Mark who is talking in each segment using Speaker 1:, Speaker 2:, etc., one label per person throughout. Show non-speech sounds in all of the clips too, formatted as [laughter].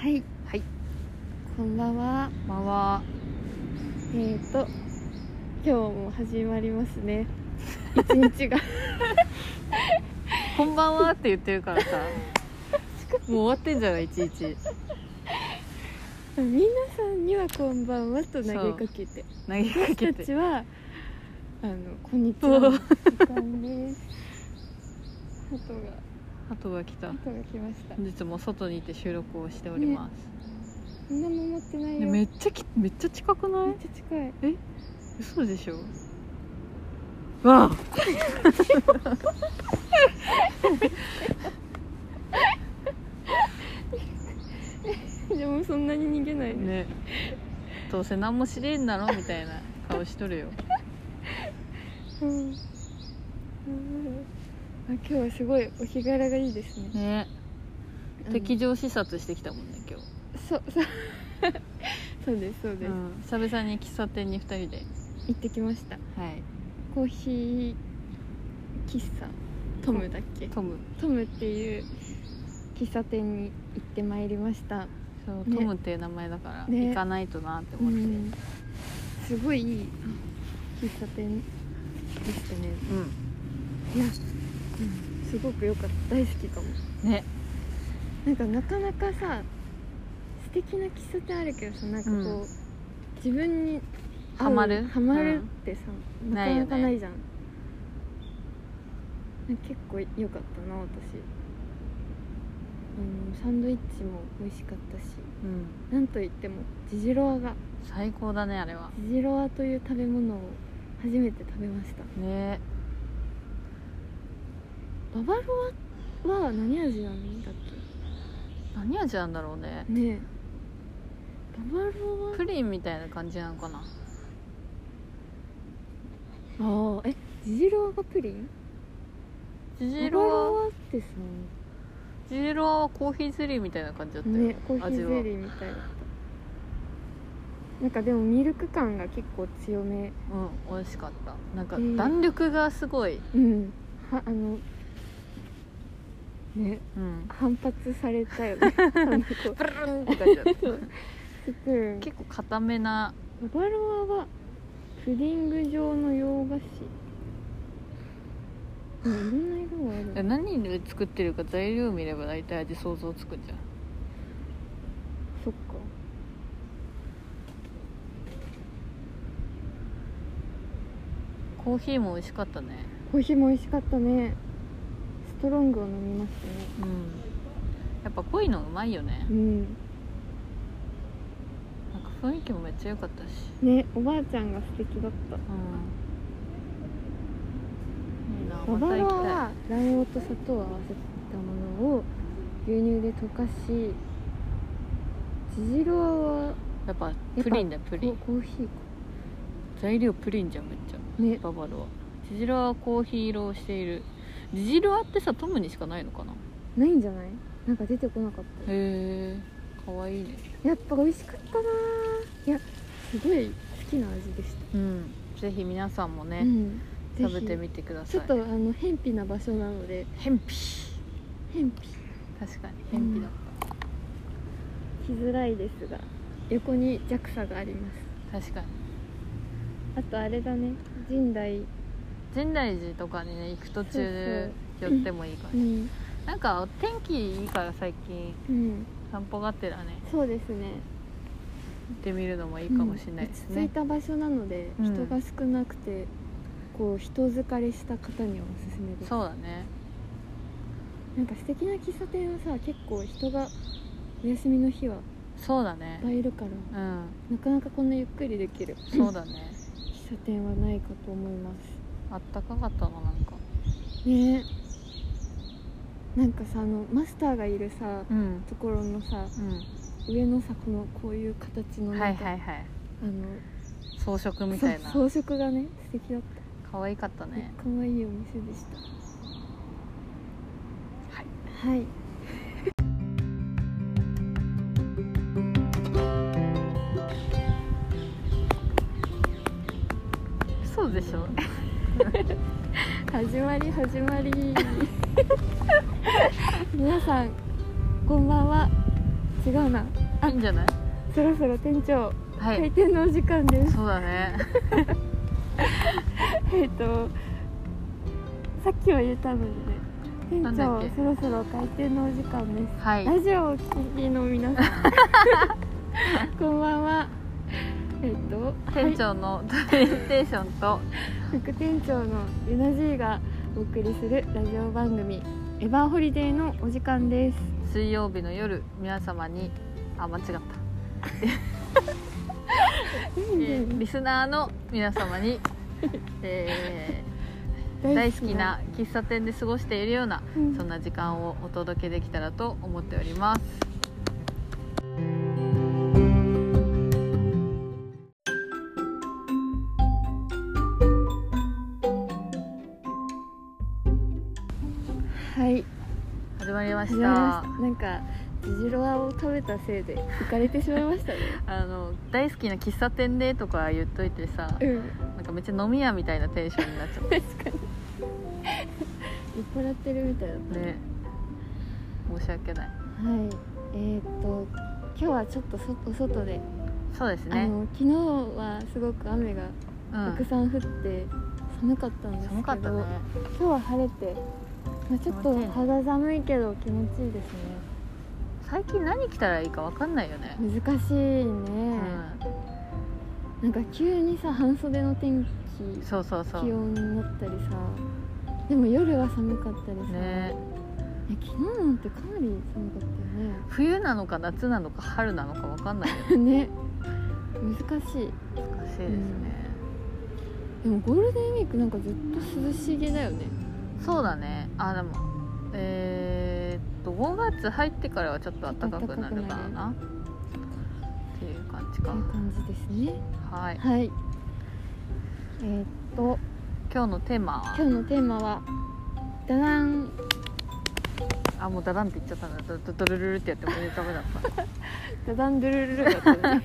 Speaker 1: はい
Speaker 2: はい
Speaker 1: こんばんは
Speaker 2: こんばんは
Speaker 1: えっ、ー、と今日も始まりますね一日が
Speaker 2: こんばんはって言ってるから [laughs] さもう終わってんじゃないいちいち
Speaker 1: 皆さんにはこんばんはと投げかけて
Speaker 2: 投げかけ
Speaker 1: 私た
Speaker 2: て
Speaker 1: ちはあのこんにちはの時間です鳩が
Speaker 2: 鳩が来た
Speaker 1: 鳩が来ました
Speaker 2: 本日も外にいて収録をしております、
Speaker 1: みんなも持ってない
Speaker 2: ね
Speaker 1: よ
Speaker 2: め
Speaker 1: めっ
Speaker 2: っちゃきめっちゃ近くない
Speaker 1: ちゃ近い
Speaker 2: 嘘でしょわあ
Speaker 1: でもそんなに逃げないね
Speaker 2: ねどうせ何も知れんだろみたいな顔しとるよ
Speaker 1: うんうんあ今日はすごいお日柄がいいですね
Speaker 2: ね
Speaker 1: あの
Speaker 2: 敵情視察してきたもんね今日、
Speaker 1: そう [laughs] そうそうですそうです、
Speaker 2: うん、久々に喫茶店に2人で
Speaker 1: 行ってきました
Speaker 2: はい
Speaker 1: コーヒー喫茶トムだっけ
Speaker 2: トム
Speaker 1: トムっていう喫茶店に行ってまいりました、
Speaker 2: そう、
Speaker 1: ね
Speaker 2: トムっていう名前だから、
Speaker 1: ね
Speaker 2: 行かないとなって
Speaker 1: う
Speaker 2: 思って、うん
Speaker 1: ん、すごいいい喫茶店でしたねいや、うん、すごく良かった大好きかも
Speaker 2: ね
Speaker 1: なんかなかなかさ素敵な喫茶店あるけどさなんかこう、
Speaker 2: うん
Speaker 1: 自分に合う
Speaker 2: ハマる
Speaker 1: ハマるってさ、
Speaker 2: ん
Speaker 1: なかな
Speaker 2: ないよ
Speaker 1: か
Speaker 2: ね
Speaker 1: ないじゃん、結構良かったな私うんサンドイッチも美味しかったし
Speaker 2: うん
Speaker 1: なんといってもジジロアが
Speaker 2: 最高だねあれは
Speaker 1: ジジロアという食べ物を初めて食べました
Speaker 2: ね
Speaker 1: ババロアは何味なんだっ
Speaker 2: 何味なんだろうね
Speaker 1: けねえババロア
Speaker 2: プリンみたいな感じなのかな
Speaker 1: ああえジジロアがプリン
Speaker 2: ジ
Speaker 1: ジ
Speaker 2: ジロ
Speaker 1: アってさ
Speaker 2: アうんジジロアはコーヒーゼリーみたいな感じだったよ、
Speaker 1: ねコーヒー
Speaker 2: 味
Speaker 1: ゼ
Speaker 2: は
Speaker 1: リーみたいだったなんかでもミルク感が結構強め
Speaker 2: うん美味しかったなんか
Speaker 1: うん
Speaker 2: 弾力がすごい、
Speaker 1: うんはあのね
Speaker 2: うん、
Speaker 1: 反発されたよ
Speaker 2: [laughs]
Speaker 1: ねあのこう
Speaker 2: プルルンって感じだっ
Speaker 1: そうスプー
Speaker 2: た [laughs]
Speaker 1: ン
Speaker 2: 結構固めな
Speaker 1: ババロアはプディング状の洋菓子うんいろんな色があるね
Speaker 2: 何で作ってるか材料見れば大体味想像つくじゃん
Speaker 1: そっか
Speaker 2: コーヒーも美味しかったね
Speaker 1: コーヒーも美味しかったねストロングを飲みましたね
Speaker 2: うんやっぱ濃いのうまいよね
Speaker 1: うん
Speaker 2: なんか雰囲気もめっちゃ良かったし
Speaker 1: ねおばあちゃんが素敵だった
Speaker 2: うんいいな
Speaker 1: バ
Speaker 2: ま
Speaker 1: バ
Speaker 2: た行きたい
Speaker 1: ロアは卵黄と砂糖を合わせたものを牛乳で溶かしジジロアは
Speaker 2: やっぱプリンだよプリ
Speaker 1: コ
Speaker 2: ン
Speaker 1: コーヒー
Speaker 2: 材料プリンじゃんめっちゃ
Speaker 1: かね
Speaker 2: ババロアジジロアはコーヒー色をしているジジロアってさトムにしかないのかな
Speaker 1: ないんじゃないなんか出てこなかっ
Speaker 2: へえかわいいね
Speaker 1: たやっぱ美味しかったなーいやすごい好きな味でし
Speaker 2: うんぜひ皆さんも
Speaker 1: た、
Speaker 2: ね、
Speaker 1: うん、ぜひ
Speaker 2: 食べてみてくださ
Speaker 1: ち
Speaker 2: い
Speaker 1: ょっとあの偏僻な場所なので
Speaker 2: 偏僻
Speaker 1: 偏僻
Speaker 2: 確かに偏僻だっ
Speaker 1: しづらいですが横に JAXA があります
Speaker 2: た、確かに
Speaker 1: あとあれだね神代
Speaker 2: 深大寺とかにね行く途中
Speaker 1: そう
Speaker 2: 寄
Speaker 1: そう
Speaker 2: ってもいいから、
Speaker 1: うん
Speaker 2: なんか天気いいから最近
Speaker 1: うん
Speaker 2: 散歩がてらね
Speaker 1: そうですね
Speaker 2: 行ってみるのもいいかもしれないです
Speaker 1: うん
Speaker 2: ね
Speaker 1: 落ち着い、た場所なので、
Speaker 2: うん
Speaker 1: 人が少なくてこう人疲れした方にはおすすめです
Speaker 2: そうだね
Speaker 1: なんか素敵な喫茶店はさ結構人がお休みの日はい
Speaker 2: そうだ
Speaker 1: っ
Speaker 2: ね
Speaker 1: ぱいいるから
Speaker 2: うん
Speaker 1: なかなかこんなゆっくりできる
Speaker 2: そう [laughs] だね
Speaker 1: 喫茶店はないかと思いま
Speaker 2: あったかかったななんか
Speaker 1: すねえなんかさあのマスターがいるさ
Speaker 2: うん
Speaker 1: ところのさ
Speaker 2: う
Speaker 1: 上のさこのこういう形の
Speaker 2: ん
Speaker 1: な
Speaker 2: はい
Speaker 1: んか、
Speaker 2: はいはい
Speaker 1: あの
Speaker 2: 装飾みたいな
Speaker 1: そう装飾がね素敵だっ
Speaker 2: 可愛かった
Speaker 1: た、
Speaker 2: ね
Speaker 1: かわいいお店でした
Speaker 2: はい
Speaker 1: はい。
Speaker 2: そうでしょ
Speaker 1: 始まり始ま [laughs] り皆さんこんばんは違うない
Speaker 2: いんじゃない
Speaker 1: そろそろ店長
Speaker 2: は
Speaker 1: 開
Speaker 2: い
Speaker 1: 店のお時間です
Speaker 2: そうだね
Speaker 1: [laughs] えっとさっきは言ったのにね店
Speaker 2: なんだっ
Speaker 1: 長
Speaker 2: け
Speaker 1: そろそろ開店のお時間です
Speaker 2: はい
Speaker 1: ラジオをお聞きの皆さ [laughs] んこんばんはえっと
Speaker 2: 店長のトレインステーションと
Speaker 1: 副店長のユナジーがお送りするラジオ番組「エヴァーホリデー」のお時間です
Speaker 2: 水曜日の夜皆様にあ間違った、えーリスナーの皆様 [laughs] に、えー大好きな喫茶店で過ごしているような
Speaker 1: うん
Speaker 2: そんな時間をお届けできたらと思っております
Speaker 1: はい
Speaker 2: 始まりま
Speaker 1: 始
Speaker 2: し
Speaker 1: まりま
Speaker 2: た
Speaker 1: したなんかジジロアを食べたせいで浮かれてしまいま [laughs] したね
Speaker 2: あの大好きな喫茶店でとか言っといてさ
Speaker 1: うん
Speaker 2: なんかめっちゃ飲み屋みたいなテンションになっちゃっ
Speaker 1: 確かに酔っ払ってるみたいだった
Speaker 2: た [laughs] ね申し訳ない
Speaker 1: はいえーっと今日はちょっとそお外で、
Speaker 2: そうです
Speaker 1: あ
Speaker 2: ね
Speaker 1: の昨日はすごく雨が
Speaker 2: う
Speaker 1: たく
Speaker 2: ん
Speaker 1: さん降って寒かったんですけど
Speaker 2: 寒かったね
Speaker 1: 今日は晴れて、まあ、ちょっ
Speaker 2: 気持ち
Speaker 1: と
Speaker 2: いいね
Speaker 1: 肌寒いけど気持ちいいです
Speaker 2: 最近何着たらいいか分かんないよね、
Speaker 1: ね難しいね、
Speaker 2: う
Speaker 1: なんか急にさ半袖の天
Speaker 2: ん、
Speaker 1: 気
Speaker 2: そうそうそう
Speaker 1: 気温になったりさでも夜は寒かったりさ、
Speaker 2: ね
Speaker 1: え昨日なんてかなり寒かっ
Speaker 2: 冬なのか夏なのか春なのか分かんないよね
Speaker 1: たよね [laughs] ね難しい
Speaker 2: 難しいですね、
Speaker 1: でもゴールデンウィークなんかずっと涼しげだよね
Speaker 2: そうだねあでもえーっと5月入ってからはちょっと暖かくなるかなっていう感じ
Speaker 1: とい
Speaker 2: か
Speaker 1: う感じですね
Speaker 2: はい
Speaker 1: はいえーっと
Speaker 2: 今日のテーマ
Speaker 1: 今
Speaker 2: は
Speaker 1: 日のテーマはダダン
Speaker 2: あもうダダンって言っちゃったんだドドドルルルってやってもいいダメだっ
Speaker 1: ダダンドゥルルルだったね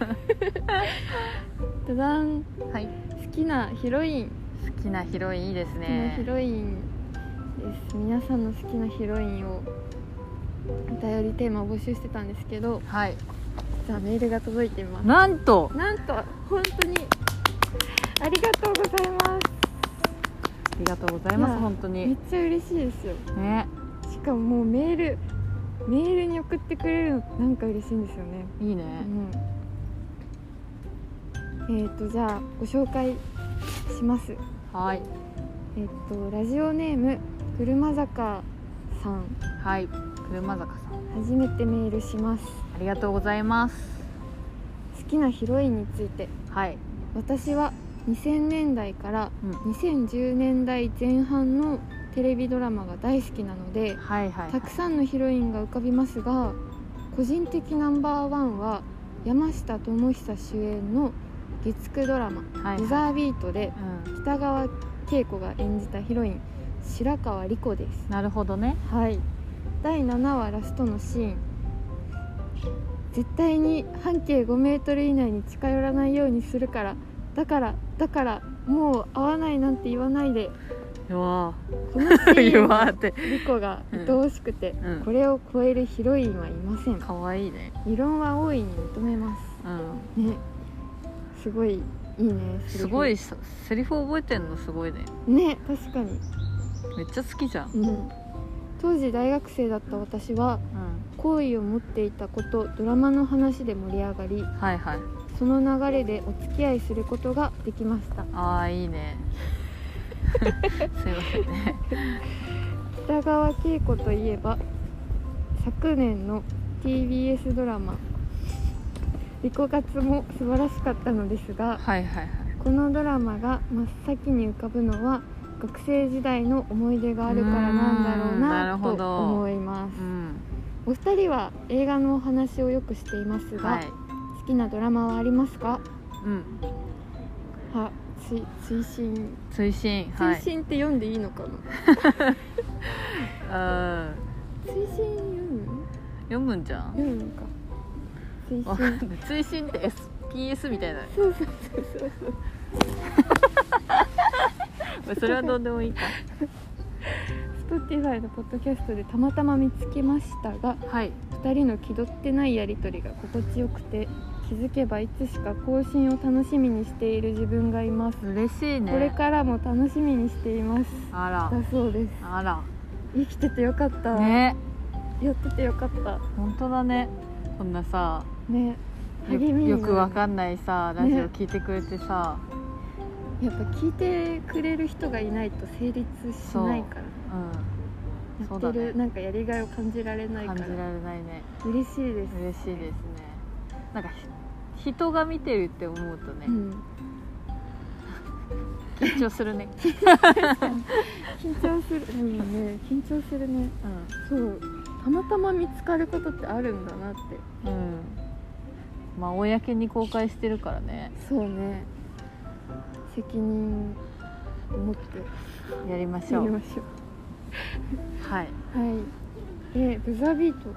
Speaker 1: ダダン
Speaker 2: たはい
Speaker 1: 好きなヒロイン、
Speaker 2: 好きなヒロインいいです
Speaker 1: 好きなヒ
Speaker 2: ね
Speaker 1: ロインです皆さんの好きなヒロインをお便りテーマを募集してたんですけど
Speaker 2: はい
Speaker 1: じゃあメールが届いています
Speaker 2: なんと
Speaker 1: なんと本当にありがとうございます
Speaker 2: ありがとうございま
Speaker 1: い
Speaker 2: す
Speaker 1: や
Speaker 2: 本当
Speaker 1: めっ
Speaker 2: に
Speaker 1: ちゃ嬉しいですよ
Speaker 2: ね
Speaker 1: しかももうメールメールに送ってくれるのなんか嬉しいんですよね
Speaker 2: いいね
Speaker 1: うんえっ、とじゃあご紹介します
Speaker 2: はい
Speaker 1: えっとラジオネーム車坂さん
Speaker 2: はい車坂さん
Speaker 1: 初めてメールします
Speaker 2: ありがとうございます
Speaker 1: 好きなヒロインについて
Speaker 2: はい
Speaker 1: 私は2000年代から
Speaker 2: うん
Speaker 1: 2010年代前半のテレビドラマが大好きなので
Speaker 2: はいはい
Speaker 1: たくさんのヒロインが浮かびますが個人的ナンバーワンは山下智久主演の月9ドラマ
Speaker 2: は
Speaker 1: 「
Speaker 2: い
Speaker 1: ブ
Speaker 2: は
Speaker 1: ザービート」で
Speaker 2: いうん
Speaker 1: 北川景子が演じたヒロイン白川莉子です
Speaker 2: なるほどね
Speaker 1: はい第7話ラストのシーン絶対に半径5メートル以内に近寄らないようにするからだからだからもう会わないなんて言わな
Speaker 2: [laughs]
Speaker 1: いで
Speaker 2: うわ
Speaker 1: このシ
Speaker 2: ー
Speaker 1: ー
Speaker 2: う
Speaker 1: ンは
Speaker 2: わーって
Speaker 1: リコが愛おしくて、
Speaker 2: うん
Speaker 1: これを超えるヒロインはいません
Speaker 2: かわいいね
Speaker 1: 異論は大いに認めま
Speaker 2: うん
Speaker 1: すねすごいいいねセリ
Speaker 2: す
Speaker 1: フ
Speaker 2: ごいさセリフ覚えてんのすごいね
Speaker 1: ね確かに、
Speaker 2: めっちゃ好きじゃん
Speaker 1: うん、当時大学生だった私は
Speaker 2: うん
Speaker 1: 好意を持っていたことドラマの話で盛り上がり
Speaker 2: はいはい
Speaker 1: その流れでお付き合いすることができました
Speaker 2: ああいいね [laughs] すいませんね
Speaker 1: 北川景子といえば昨年の TBS ドラマ「リコ活」も素晴らしかったのですが
Speaker 2: はいはいはい
Speaker 1: このドラマが真っ先に浮かぶのは学生時代の思い出があるからなんだろ
Speaker 2: う
Speaker 1: う
Speaker 2: ーんなる
Speaker 1: な
Speaker 2: ほど
Speaker 1: と思います
Speaker 2: うん
Speaker 1: お二人は映画のお話をよくしていますが、
Speaker 2: はい
Speaker 1: 好きなドラマはありますか
Speaker 2: うん
Speaker 1: はつ追伸
Speaker 2: 追伸は
Speaker 1: 追
Speaker 2: い
Speaker 1: 伸って読んでいいのかな、
Speaker 2: うん
Speaker 1: 追伸読む
Speaker 2: 読むんじゃん
Speaker 1: 読むのか追
Speaker 2: わかん
Speaker 1: 伸
Speaker 2: ない追伸って SPS みたいな
Speaker 1: そうそうそうそう
Speaker 2: それはどうでもいいか
Speaker 1: Spotify のポッドキャストでたまたま見つけましたが
Speaker 2: はい
Speaker 1: 2人の気取ってないやり取りが心地よくて気づけばいつしか更新を楽しみにしている自分がいます、
Speaker 2: 嬉しいね
Speaker 1: これからも楽しみにしています
Speaker 2: あら
Speaker 1: だそうです
Speaker 2: あ
Speaker 1: 生きててよかった、
Speaker 2: らね
Speaker 1: やっててよかった
Speaker 2: 本当だねこんなさ
Speaker 1: ね
Speaker 2: よ
Speaker 1: 励みになる
Speaker 2: よくわかんないさラジオ聞いてくれてさ、
Speaker 1: やっぱ聞いてくれる人がいないと成立しないから
Speaker 2: うん
Speaker 1: や
Speaker 2: そう
Speaker 1: っ
Speaker 2: だ
Speaker 1: て
Speaker 2: ね
Speaker 1: る、なんかやりがいを感じられないか
Speaker 2: 感じら
Speaker 1: ら
Speaker 2: れないね
Speaker 1: 嬉しいです、
Speaker 2: 嬉しいですねなんかひ人が見てるって思うとね、
Speaker 1: うん、
Speaker 2: 緊張する
Speaker 1: [laughs]
Speaker 2: ね、
Speaker 1: 緊張するでもね緊張するね
Speaker 2: う
Speaker 1: そうたまたま見つかることってあるんだなって
Speaker 2: んうん、まあ公に公開してるからね
Speaker 1: そうね責任を持って
Speaker 2: やりまし
Speaker 1: や
Speaker 2: ょ
Speaker 1: り
Speaker 2: う
Speaker 1: ましょ
Speaker 2: はい
Speaker 1: はいでブザービート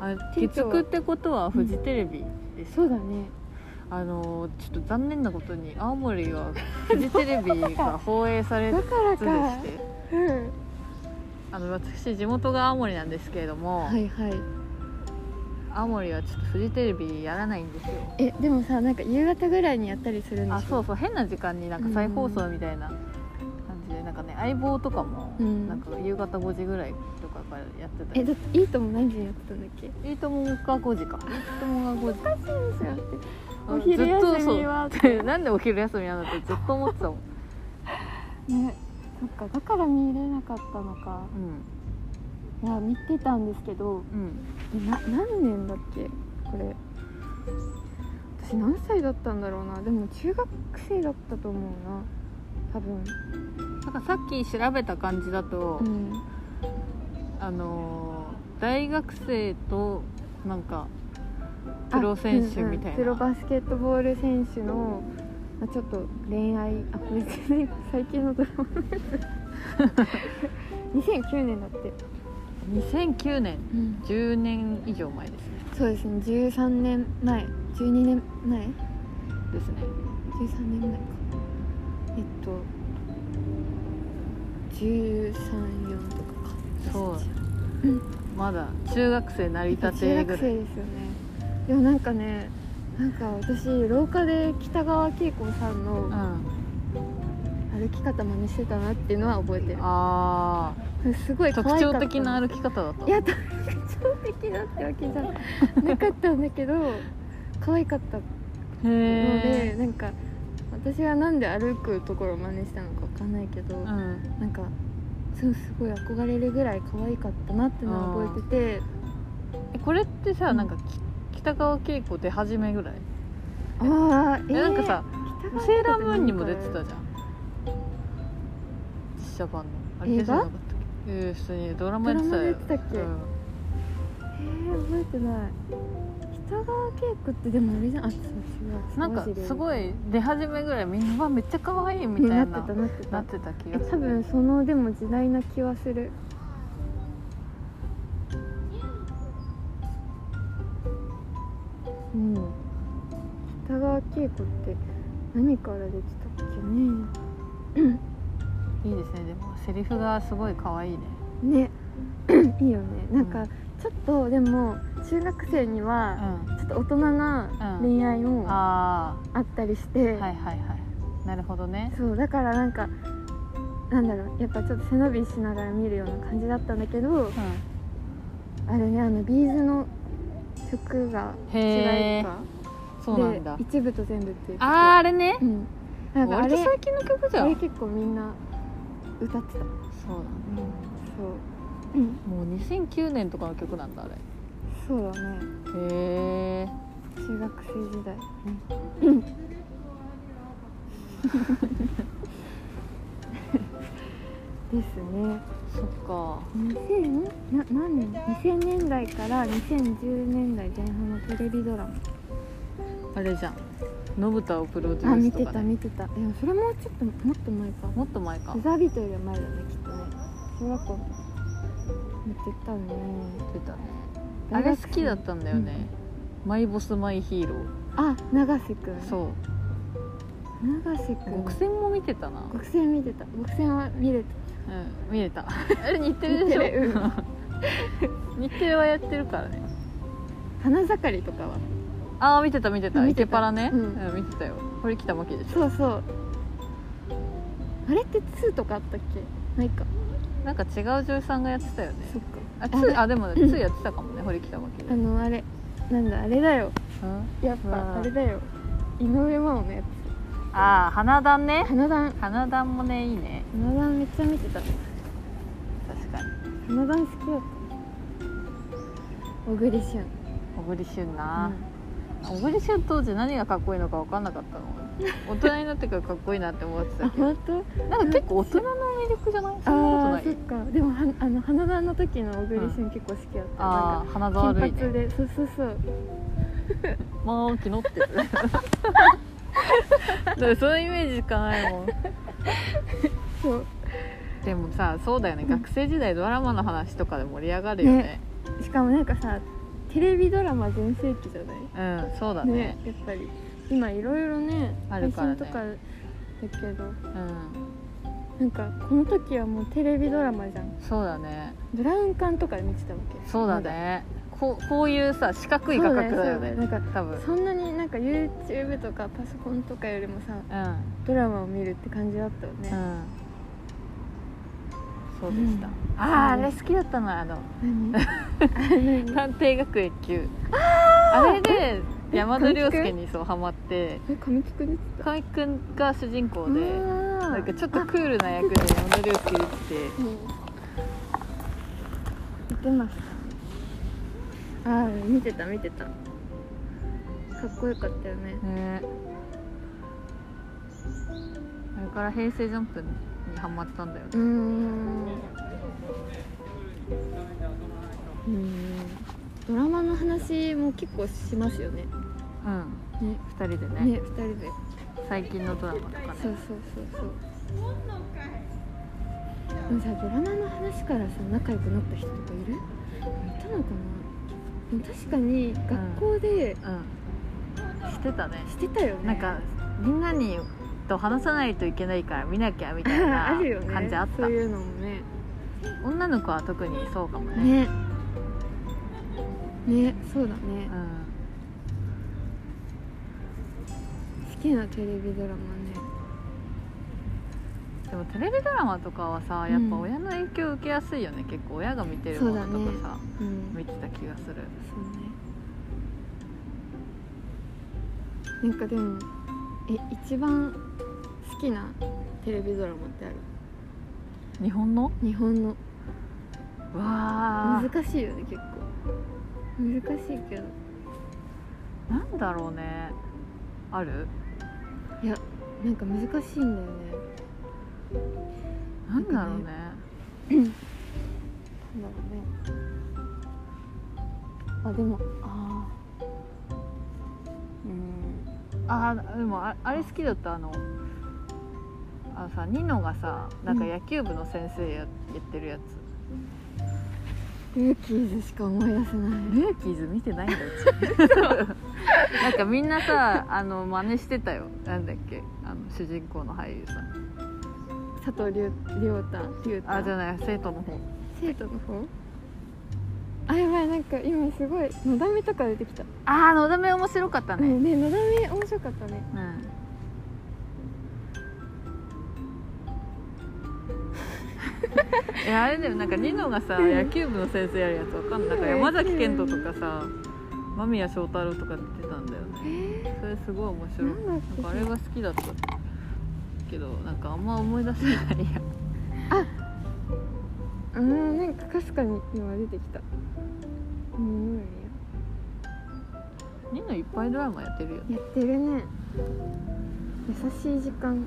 Speaker 2: あ
Speaker 1: 店
Speaker 2: 月
Speaker 1: 長
Speaker 2: 9ってことはフジテレビです、
Speaker 1: そうだね
Speaker 2: あのーちょっと残念なことに青森はフジテ
Speaker 1: [laughs]
Speaker 2: レビが放映され
Speaker 1: だ
Speaker 2: ず
Speaker 1: から
Speaker 2: で
Speaker 1: か
Speaker 2: して
Speaker 1: うん
Speaker 2: あの私地元が青森なんですけれども、
Speaker 1: はいはい
Speaker 2: 青森はちょっとフジテレビやらないんですよ
Speaker 1: えでもさなんか夕方ぐらいにやったりするんでしょ
Speaker 2: あそうそう変な時間になんか再放送みたいな感じでなんかね相棒とかも
Speaker 1: うん
Speaker 2: なんか夕方5時ぐらいとかからやってた
Speaker 1: え
Speaker 2: り
Speaker 1: だっていいとも何時にやってたんだっけ
Speaker 2: いいともが5時かいいともが5時
Speaker 1: お昼休みは
Speaker 2: ずっとそう [laughs] なんでお昼休みなんだってずっと思ってたもん、
Speaker 1: ねそっかだから見れなかったのか
Speaker 2: うん
Speaker 1: いや見てたんですけど
Speaker 2: うん、
Speaker 1: えな何年だっけこれ私何歳だったんだろうなでも中学生だったと思うな多分
Speaker 2: なんかさっき調べた感じだと、
Speaker 1: うん
Speaker 2: あのー大学生となんかプロ選手みたいな、
Speaker 1: あうんうんプロバスケットボール選手の、まあ、ちょっと恋愛あこれ全然最近のドラマの
Speaker 2: [laughs]
Speaker 1: やつ2009年だって、
Speaker 2: 2009年10年以上前ですね
Speaker 1: そうですね13年前12年前
Speaker 2: ですね
Speaker 1: 13年前かえっと134とかか
Speaker 2: そう、
Speaker 1: うん
Speaker 2: まだ中学生成り立
Speaker 1: 中
Speaker 2: てぐ
Speaker 1: 学
Speaker 2: ら
Speaker 1: 生
Speaker 2: い
Speaker 1: ですよねでもなんかねなんか私廊下で北川景子さん
Speaker 2: う
Speaker 1: の
Speaker 2: ん、
Speaker 1: 歩き方真似してたなっていうのは覚えてる
Speaker 2: あ
Speaker 1: すごい
Speaker 2: ー
Speaker 1: 可
Speaker 2: 特
Speaker 1: 愛かった
Speaker 2: 徴的な歩き方だった
Speaker 1: いや特徴的なってわけじゃなかったんだけど可愛かったの
Speaker 2: へ
Speaker 1: で
Speaker 2: え、
Speaker 1: なんか私はなんで歩くところを真似したのかわかんないけど、
Speaker 2: うん、
Speaker 1: なんかそうすごい憧れるぐらい可愛かったなってのは覚えてて
Speaker 2: えこれってさ、
Speaker 1: うん
Speaker 2: なんかき北川景子出始めぐらい、
Speaker 1: ああーえ
Speaker 2: えなんかさ
Speaker 1: 北川
Speaker 2: セ
Speaker 1: 景
Speaker 2: ー
Speaker 1: 子
Speaker 2: ラ
Speaker 1: っ
Speaker 2: ー
Speaker 1: て
Speaker 2: ムーンにも出て
Speaker 1: なん
Speaker 2: た
Speaker 1: か
Speaker 2: じゃん実写版のあ
Speaker 1: 映画
Speaker 2: 出てなかったっけえー普通にドラマやってたよ
Speaker 1: ドラマやってたっけ
Speaker 2: うん
Speaker 1: えー、覚えてない北川景子ってでもあれじゃんあそう違う
Speaker 2: なんかすごい出始めぐらいみんなわめっちゃ可愛いみ
Speaker 1: ね
Speaker 2: た
Speaker 1: ないって
Speaker 2: な
Speaker 1: たなって
Speaker 2: な
Speaker 1: た
Speaker 2: ってた気が
Speaker 1: え
Speaker 2: す
Speaker 1: 多
Speaker 2: る
Speaker 1: 分そのでも時代な気はするうん北川景子って何から出てたっけね
Speaker 2: いいですねでもセリフがすごい可愛いね
Speaker 1: ね [clears throat] いいよねなんかちょっとでも中学生に
Speaker 2: う
Speaker 1: は
Speaker 2: ん
Speaker 1: ちょっと大人な恋愛もあ
Speaker 2: あ
Speaker 1: ったりし
Speaker 2: あはい
Speaker 1: て、
Speaker 2: はいはいなるほどね
Speaker 1: そうだからなんかなんだろうやっぱちょっと背伸びしながら見るような感じだったんだけど
Speaker 2: う
Speaker 1: あれねあのビーズの曲が
Speaker 2: んへ
Speaker 1: 違
Speaker 2: え
Speaker 1: うか
Speaker 2: そうなんだ
Speaker 1: で一部と全部っていう曲
Speaker 2: あああれね
Speaker 1: うんなんかあ
Speaker 2: 割と
Speaker 1: れ
Speaker 2: 最近の曲じゃ
Speaker 1: あれ
Speaker 2: んそう
Speaker 1: 結構みんな歌ってた
Speaker 2: だね
Speaker 1: そううん
Speaker 2: もう2009年とかの曲なんだあれ
Speaker 1: そうだね
Speaker 2: へえ
Speaker 1: 中学生時代ですね
Speaker 2: そっか
Speaker 1: 2000な何年2000年代から2010年代前半のテレビドラマ
Speaker 2: あれじゃんのぶたをプロデュ
Speaker 1: あ
Speaker 2: ー
Speaker 1: 見
Speaker 2: スと
Speaker 1: て
Speaker 2: か
Speaker 1: た
Speaker 2: ね
Speaker 1: 見てたでもそれもちょっともっと前か
Speaker 2: もっと前か
Speaker 1: ブザービートよりは前だねきっとね小学校の見てたね
Speaker 2: 出たねあれ好きだったんだよね、マイボスマイヒーロー
Speaker 1: あ永瀬くん
Speaker 2: そう
Speaker 1: 永瀬くん
Speaker 2: 極戦も見てたな、
Speaker 1: 極戦見てた極戦は見れた [laughs]
Speaker 2: うん、見れたあれ似てるでしょ
Speaker 1: 似てる
Speaker 2: [laughs] 日程はやってるからね
Speaker 1: 花盛りとかは
Speaker 2: ああ見てた見てた
Speaker 1: 見
Speaker 2: イ
Speaker 1: てた
Speaker 2: ケパラね、
Speaker 1: う
Speaker 2: うんん見てたよ堀北真希でし
Speaker 1: そうそうあれって2とかあったっけないか
Speaker 2: ょなんか違う女優さんがやってたよね
Speaker 1: そっか
Speaker 2: あ
Speaker 1: あれ
Speaker 2: 2あでも2やってたかもね堀北真希
Speaker 1: あのあれなんだあれだよ
Speaker 2: うん
Speaker 1: やっ
Speaker 2: わ
Speaker 1: ぱ
Speaker 2: あ
Speaker 1: あれだよ井上真央のや
Speaker 2: ああ花壇
Speaker 1: つ
Speaker 2: ね
Speaker 1: 花壇
Speaker 2: 花壇もねいいね
Speaker 1: 花壇めっちゃ見てた
Speaker 2: 確かに
Speaker 1: 花壇好きだった小栗
Speaker 2: 小
Speaker 1: 旬
Speaker 2: 栗旬
Speaker 1: う、
Speaker 2: なん小栗旬当時何がかっこいいのか分かんなかったの [laughs] 大人になってからかっこいいなって思ってた
Speaker 1: あ
Speaker 2: けど
Speaker 1: 本当
Speaker 2: なんか結構大人の魅力じゃないそんな
Speaker 1: あ
Speaker 2: こ
Speaker 1: ーそ
Speaker 2: とな
Speaker 1: っ
Speaker 2: い
Speaker 1: かでもはあの花壇の時の小栗旬結構好きだった、
Speaker 2: ああ花
Speaker 1: な
Speaker 2: 沢
Speaker 1: んか
Speaker 2: 類
Speaker 1: 金髪
Speaker 2: ね
Speaker 1: で、そうそうそう
Speaker 2: まあ昨日ってやつ [laughs] だからそのイメージしかないもん
Speaker 1: そう
Speaker 2: でもさそうだよね学生時代ドラマの話とかで盛り上がるよね
Speaker 1: ねしかもなんかさテレビドラマ全盛期じゃない
Speaker 2: うんそうだね
Speaker 1: やっぱり今いろいろね
Speaker 2: あるからね
Speaker 1: 配信とかだけど
Speaker 2: うん
Speaker 1: なんかこの時はもうテレビドラマじゃん
Speaker 2: そうだね
Speaker 1: ブラウン管とかで見てたわけ
Speaker 2: そうだ
Speaker 1: なんか
Speaker 2: ねこうこういうさ四角い価格だよね
Speaker 1: そうだよそうだよなん
Speaker 2: 多分
Speaker 1: そんなになんか YouTube とかパソコンとかよりもさ
Speaker 2: うん
Speaker 1: ドラマを見るって感じだったよね、
Speaker 2: うんそうでした、
Speaker 1: うん
Speaker 2: あああ
Speaker 1: うん
Speaker 2: れ好きだったなあの
Speaker 1: 何
Speaker 2: [laughs]
Speaker 1: 何
Speaker 2: 探偵学園級あれで山田涼介にそうハマって
Speaker 1: え神木くん出てた
Speaker 2: 河合くんが主人公
Speaker 1: う
Speaker 2: で
Speaker 1: わー
Speaker 2: なんかちょっとクールな役で山田涼介出てて
Speaker 1: うん見てましたああ見てた見てたかっこよかったよね
Speaker 2: ねあれから平成ジャンプにハマったんだよね
Speaker 1: うーんうんドラマの話も結構しますよね
Speaker 2: うん
Speaker 1: ね
Speaker 2: 2人でね
Speaker 1: ね二人で
Speaker 2: 最近のドラマとかね
Speaker 1: そうそうそうそうでもさドラマの話からさ仲良くなった人とかいるいたのかなでも確かに学校で
Speaker 2: うんしてたね
Speaker 1: してたよね、
Speaker 2: なんかみんなにと話さないといけないから見なきゃみたい
Speaker 1: あ
Speaker 2: な
Speaker 1: るよね
Speaker 2: 感じ [laughs] あった、
Speaker 1: そういうのもね
Speaker 2: 女の子は特にそうかもね
Speaker 1: ねねそうだね
Speaker 2: うん
Speaker 1: 好きなテレビドラマね
Speaker 2: でもテレビドラマとかはさやっぱ親の影響受けやすいよね、結構親が見てるもの
Speaker 1: そうだ
Speaker 2: と
Speaker 1: ね
Speaker 2: かさ、
Speaker 1: うん
Speaker 2: 見てた気がする
Speaker 1: そうねなんかでもえ一番好きなテレビドラマってある
Speaker 2: 日本の
Speaker 1: 日本の
Speaker 2: うわ
Speaker 1: 難しいよね結構難しいけど
Speaker 2: ーなんだろうねある
Speaker 1: いやなんか難しいんだよね
Speaker 2: なんだろうね
Speaker 1: なんだろうねあでもあ
Speaker 2: あーでもああれ好きだったあのあのさニノがさなんか野球部の先生や,、やってるやつ
Speaker 1: ールーキーズしか思い出せない
Speaker 2: ルーキーズ見てないんだうち [laughs] なんかみんなさあの真似してたよなんだっけあの主人公の俳優さん
Speaker 1: 佐藤龍亮太龍太
Speaker 2: あじゃない生徒の方
Speaker 1: 生徒の方あやばいなんか今すごいのだめとか出てきた、
Speaker 2: ああのだめ面白かった
Speaker 1: う
Speaker 2: ね
Speaker 1: んねのだめ面白かったね
Speaker 2: うん、えあれだよなんかニノがさ
Speaker 1: うん
Speaker 2: 野球部の先生やるやつわかんないなんか山崎賢人とかさ間宮祥太朗とか出てたんだよ
Speaker 1: え
Speaker 2: ね
Speaker 1: ー、
Speaker 2: それすごい面白い
Speaker 1: なん
Speaker 2: な
Speaker 1: だっ
Speaker 2: んかあれ
Speaker 1: け
Speaker 2: が好きだったけどなんかあんま思い出せないや
Speaker 1: うんなんかかすかに今出てきたうんや
Speaker 2: ニノいっぱいドラマやってるよね
Speaker 1: やってるね優しい時間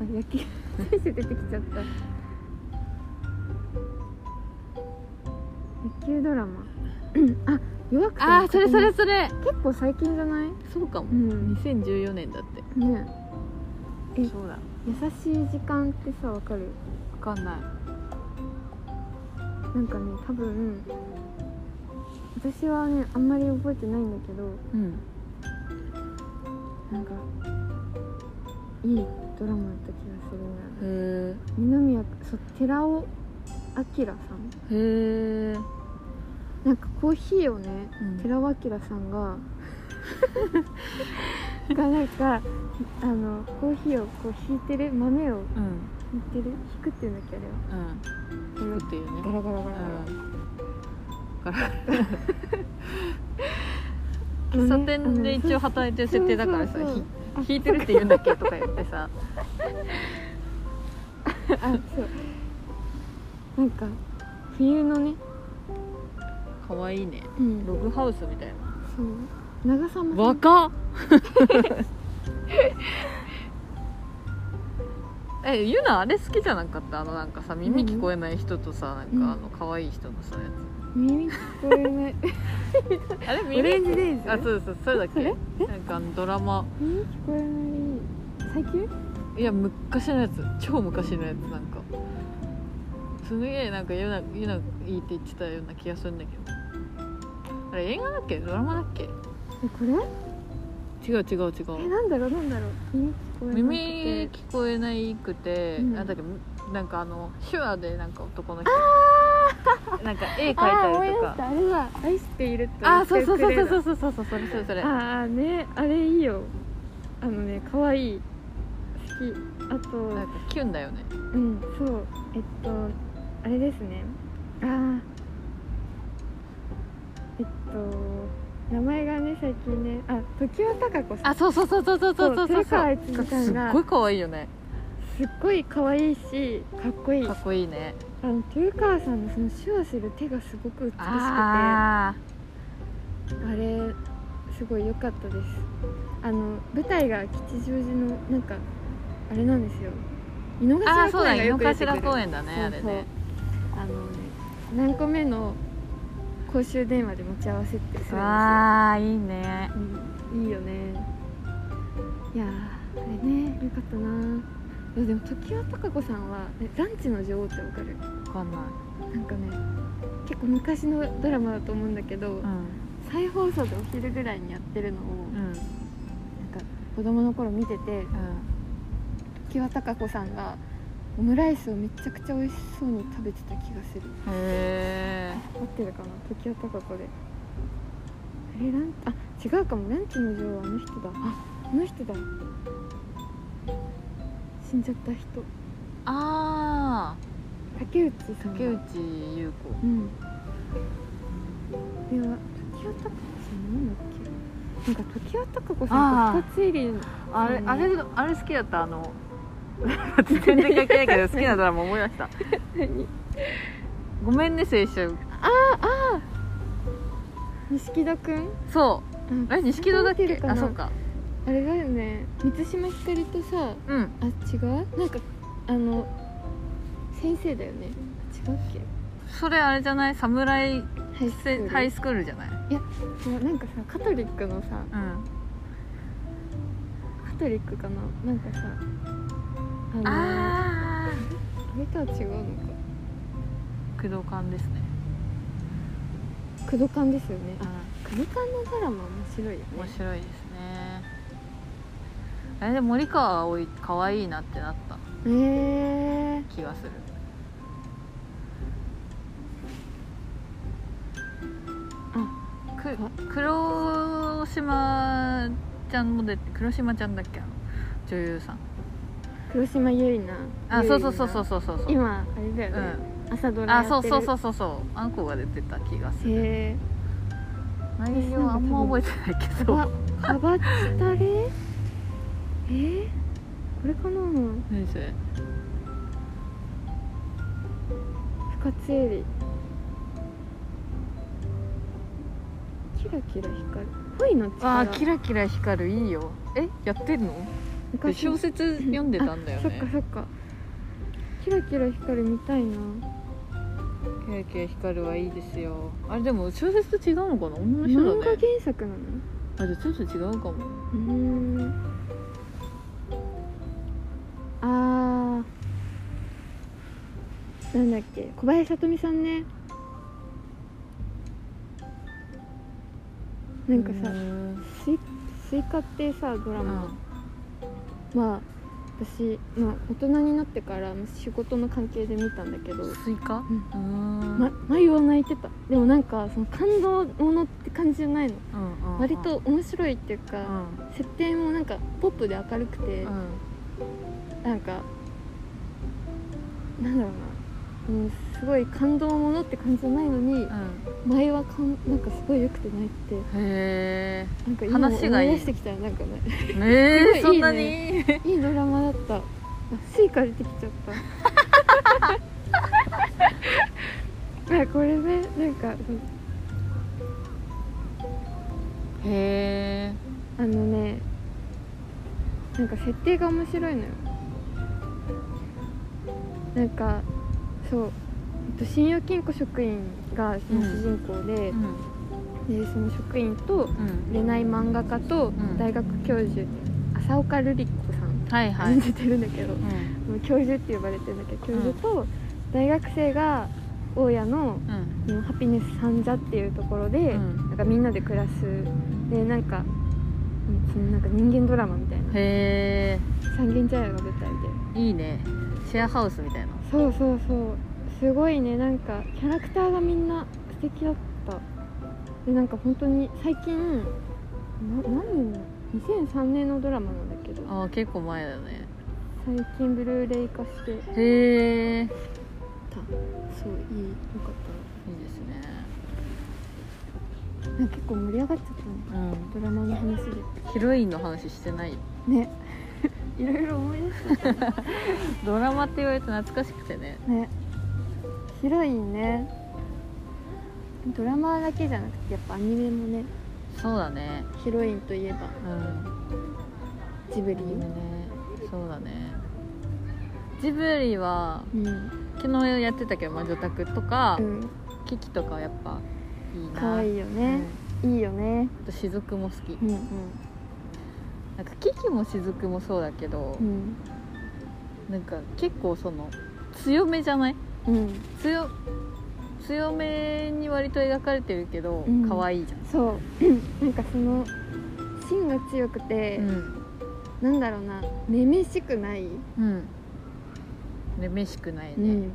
Speaker 1: あ野球選手出てきちゃった野球ドラマうんあ弱くても
Speaker 2: それ
Speaker 1: 結構最近じゃない
Speaker 2: そうかも、
Speaker 1: うん
Speaker 2: 2014年だって
Speaker 1: ねえ
Speaker 2: そうだわ
Speaker 1: 優しい時間ってさわかる
Speaker 2: かんない
Speaker 1: なんかね多分私はねあんまり覚えてないんだけど
Speaker 2: うん
Speaker 1: なんかいいドラマだった気がするんだ
Speaker 2: へ
Speaker 1: よね
Speaker 2: え
Speaker 1: 二宮そう寺尾あきらさん
Speaker 2: へえ、
Speaker 1: なんかコーヒーをね
Speaker 2: うん
Speaker 1: 寺尾明さんが [laughs] がなんかあのコーヒーをこう引いてる豆を
Speaker 2: うん
Speaker 1: 引いてる引くっていうんだっけあれは
Speaker 2: うん
Speaker 1: あの
Speaker 2: っていうね
Speaker 1: ガラガラガラ
Speaker 2: ガラガラ
Speaker 1: ガラ
Speaker 2: 喫茶店で一応
Speaker 1: あのね
Speaker 2: 働いてる設定だからさ
Speaker 1: そうそうそう
Speaker 2: ひ弾いてるって言うんだっけとか言ってさ
Speaker 1: あそうなんか冬のね
Speaker 2: かわいいね
Speaker 1: うん
Speaker 2: ログハウスみたいな
Speaker 1: そう長さ
Speaker 2: [laughs]
Speaker 1: も
Speaker 2: 若っえゆなあれ好きじゃなかったあのなんかさ耳聞こえない人とさなん
Speaker 1: うん
Speaker 2: かあの可愛い人のさや
Speaker 1: 耳聞こえない
Speaker 2: つあれ
Speaker 1: オレン
Speaker 2: 耳
Speaker 1: ジデイズ
Speaker 2: あそうそうそれだっ
Speaker 1: そ
Speaker 2: け
Speaker 1: れ
Speaker 2: なんかあのドラマ
Speaker 1: 耳聞こえない最近
Speaker 2: いや昔のやつ超昔のやつなんかすげえなんかゆなゆないいって言ってたような気がするんだけどあれ映画だっけドラマだっけ
Speaker 1: えこれ
Speaker 2: 違う違う違
Speaker 1: え
Speaker 2: う
Speaker 1: なんだろうなんだろう耳聞こ
Speaker 2: 耳聞こ
Speaker 1: えなくて
Speaker 2: えないくて、
Speaker 1: うん
Speaker 2: なんだっけなんかあの手話でなんか男の人なんか絵描い
Speaker 1: あー
Speaker 2: た
Speaker 1: 思い
Speaker 2: り
Speaker 1: 出
Speaker 2: と
Speaker 1: した
Speaker 2: か
Speaker 1: あれは愛していると
Speaker 2: あーそうそうそうそうそううそうそうそうそれそれそれ
Speaker 1: ああねあれいいよあのね可愛い好きあと
Speaker 2: なんかキュンだよね
Speaker 1: うんそうえっとあれですねああえっと名前がね最近ねあ時は高子さん
Speaker 2: あそうそうそうそうそうそうそうそ
Speaker 1: そうう
Speaker 2: そう
Speaker 1: 寺川悦司さ
Speaker 2: すっ
Speaker 1: んが
Speaker 2: ごい可愛いよね
Speaker 1: すっごい可愛いしかっこいい
Speaker 2: かっこいいね
Speaker 1: あの豊川さんのその手話する手がすごく美しくて
Speaker 2: あ
Speaker 1: あれすごい良かったですあの舞台が吉祥寺のなんかあれなんですよ井の
Speaker 2: ーあー
Speaker 1: 頭
Speaker 2: そう
Speaker 1: 公
Speaker 2: だ
Speaker 1: 園が
Speaker 2: 井
Speaker 1: よ
Speaker 2: の
Speaker 1: く出てく
Speaker 2: 頭
Speaker 1: る
Speaker 2: 公園だね
Speaker 1: そう
Speaker 2: あれね
Speaker 1: そうあのね何個目の公衆電話で持ち合わせってするんですよ、
Speaker 2: わあいいね
Speaker 1: うんいいよねいやーあれねよかったないやでも常盤貴子さんはえランチの女王ってわかる
Speaker 2: わかんない、
Speaker 1: なんかね結構昔のドラマだと思うんだけど、
Speaker 2: うん
Speaker 1: 再放送でお昼ぐらいにやってるのを、
Speaker 2: うん
Speaker 1: なんか子供の頃見てて常盤貴子さんがオムライスをめちゃくちゃ美味しそうに食べてた気がする
Speaker 2: へえ
Speaker 1: 合ってるかな時は高子であれランあ違うかもランチの女王はあの人だああの人だ死んじゃった人
Speaker 2: あ
Speaker 1: 竹内さ
Speaker 2: あ
Speaker 1: んだ
Speaker 2: 竹内優子
Speaker 1: うんでは時は高子さんなんだっけなんか時は高子さん
Speaker 2: あー
Speaker 1: と二つ入りの
Speaker 2: あれ
Speaker 1: うん
Speaker 2: あれあれ好きだったあの全然関係ないけど好きなドラマ思い出した
Speaker 1: 何
Speaker 2: ごめんね青春
Speaker 1: 錦戸くん
Speaker 2: そうあれ錦戸だっ
Speaker 1: 見て
Speaker 2: け
Speaker 1: るかな
Speaker 2: あそうか
Speaker 1: あれだよね満島ひかりとさ
Speaker 2: うん
Speaker 1: あ違うなんかあの先生だよね違うっけ
Speaker 2: それあれじゃない侍
Speaker 1: ハイスクール
Speaker 2: ハイスクールじゃない
Speaker 1: そうなんかさカトリックのさ
Speaker 2: うん
Speaker 1: カトリックかななんかさあのあ
Speaker 2: ああ
Speaker 1: れとは違うのか
Speaker 2: 工藤館ですね
Speaker 1: クドカンですよねあ
Speaker 2: うん
Speaker 1: クドカンのドラマ面白いよね
Speaker 2: 面白いですねあれで森川葵可愛いなってなった
Speaker 1: えー、
Speaker 2: 気がする
Speaker 1: あ
Speaker 2: く黒島ちゃんも出て黒島ちゃんだっけあの女優さん
Speaker 1: 黒島結菜
Speaker 2: あ
Speaker 1: 結
Speaker 2: そう
Speaker 1: 菜
Speaker 2: そうそうそうそうそうそう
Speaker 1: 今あれだ
Speaker 2: う
Speaker 1: よね、
Speaker 2: ん
Speaker 1: 朝ドラや
Speaker 2: あ
Speaker 1: ってる
Speaker 2: そうそうそうそうそうあんこが出てた気がする
Speaker 1: へえ
Speaker 2: 内容あんま覚えてないけ
Speaker 1: ー、
Speaker 2: ど
Speaker 1: ばかばちたれえー、これかな
Speaker 2: 何それ
Speaker 1: 深津絵里キラキラ光る恋の力
Speaker 2: あーキラキラ光るいいよえやってんの
Speaker 1: 昔
Speaker 2: 小説読んでたんだよ
Speaker 1: そっか
Speaker 2: ね
Speaker 1: そっかキラキラ光るみたいな
Speaker 2: キラキラ光るはいいですよあれでも小説と違うのかな女の
Speaker 1: 漫
Speaker 2: 人
Speaker 1: 画
Speaker 2: だ
Speaker 1: 原
Speaker 2: ね
Speaker 1: 作なの
Speaker 2: あじゃあちょっと違うかも
Speaker 1: うーんあーなんだっけ小林さとみさんねなんかさ
Speaker 2: うーん
Speaker 1: スイスイカってさドラマ、まあ私、まあ、大人になってからまあ仕事の関係で見たんだけど、
Speaker 2: スイカう
Speaker 1: うん
Speaker 2: ーん
Speaker 1: ま、眉は泣いてたでもなんかその感動ものって感じじゃないの
Speaker 2: うんうんうん
Speaker 1: 割と面白いっていう
Speaker 2: う
Speaker 1: か、
Speaker 2: ん
Speaker 1: 設定もなんかポップで明るくて、
Speaker 2: うん
Speaker 1: なんかなんだろうな、うん、すごい感動ものって感じじゃないのに
Speaker 2: う
Speaker 1: 前はかんなんかすごい良くて泣いて
Speaker 2: んへ
Speaker 1: なんか今
Speaker 2: 話がいい
Speaker 1: 思い出してきたらなんかね
Speaker 2: えねえ
Speaker 1: すご
Speaker 2: そ
Speaker 1: い
Speaker 2: ん
Speaker 1: いいね
Speaker 2: なに
Speaker 1: いいドラマだったあスイカ出てきちゃった
Speaker 2: [laughs]
Speaker 1: あこれねなんか
Speaker 2: へえ
Speaker 1: あのねなんか設定が面白いのよなんかそうえっと信用金庫職員がその
Speaker 2: うん
Speaker 1: 主人公で
Speaker 2: う、ん
Speaker 1: でその職員と
Speaker 2: うん
Speaker 1: 売れない漫画家と
Speaker 2: ん
Speaker 1: 大学教授、浅岡瑠璃子さん
Speaker 2: はいはい
Speaker 1: 演じてるんだけど、
Speaker 2: うん
Speaker 1: もう教授って呼ばれてるんだけど教授と大学生が大家の
Speaker 2: うん
Speaker 1: うんハピネス三座っていうところで、
Speaker 2: うん
Speaker 1: なんかみんなで暮らすでなんかうんそのなんか人間ドラマみたいな
Speaker 2: へえ
Speaker 1: 三軒茶屋が舞台で
Speaker 2: いいねシェアハウスみたいな
Speaker 1: そうそうそうすごいねなんかキャラクターがみんな素敵だったでなんか本当に最近な何年の2003年のドラマなんだけど
Speaker 2: あー結構前だね
Speaker 1: 最近ブルーレイ化して
Speaker 2: へえいいで
Speaker 1: たそういいよかっ
Speaker 2: すね
Speaker 1: たななんか結構盛り上がっちゃったね
Speaker 2: うん
Speaker 1: ドラマの話で
Speaker 2: ヒロインの話してない
Speaker 1: ね [laughs] いろいろ思い出し
Speaker 2: ドラマって言われて懐かしくてね
Speaker 1: たねヒロインねドラマだけじゃなくてやっぱアニメもね
Speaker 2: そうだね
Speaker 1: ヒロインといえば
Speaker 2: うん
Speaker 1: ジブ
Speaker 2: い
Speaker 1: リ
Speaker 2: いねそうだねジブリは
Speaker 1: うん、
Speaker 2: 昨日やってたけど魔女宅とか、
Speaker 1: うん、
Speaker 2: キキとかはやっぱいいな
Speaker 1: 可愛いよ
Speaker 2: うん
Speaker 1: ね、いいよね
Speaker 2: あと雫も好き、
Speaker 1: うん
Speaker 2: なんかキキも雫もそうだけど、
Speaker 1: うん
Speaker 2: なんか結構その強めじゃない
Speaker 1: うん
Speaker 2: 強強めに割と描かれてるけど、
Speaker 1: うん
Speaker 2: 可愛いじゃん
Speaker 1: そう [clears throat] なんかその芯が強くて、
Speaker 2: うん
Speaker 1: なんだろうなめめしくない、
Speaker 2: うんめめしくないうね
Speaker 1: ん、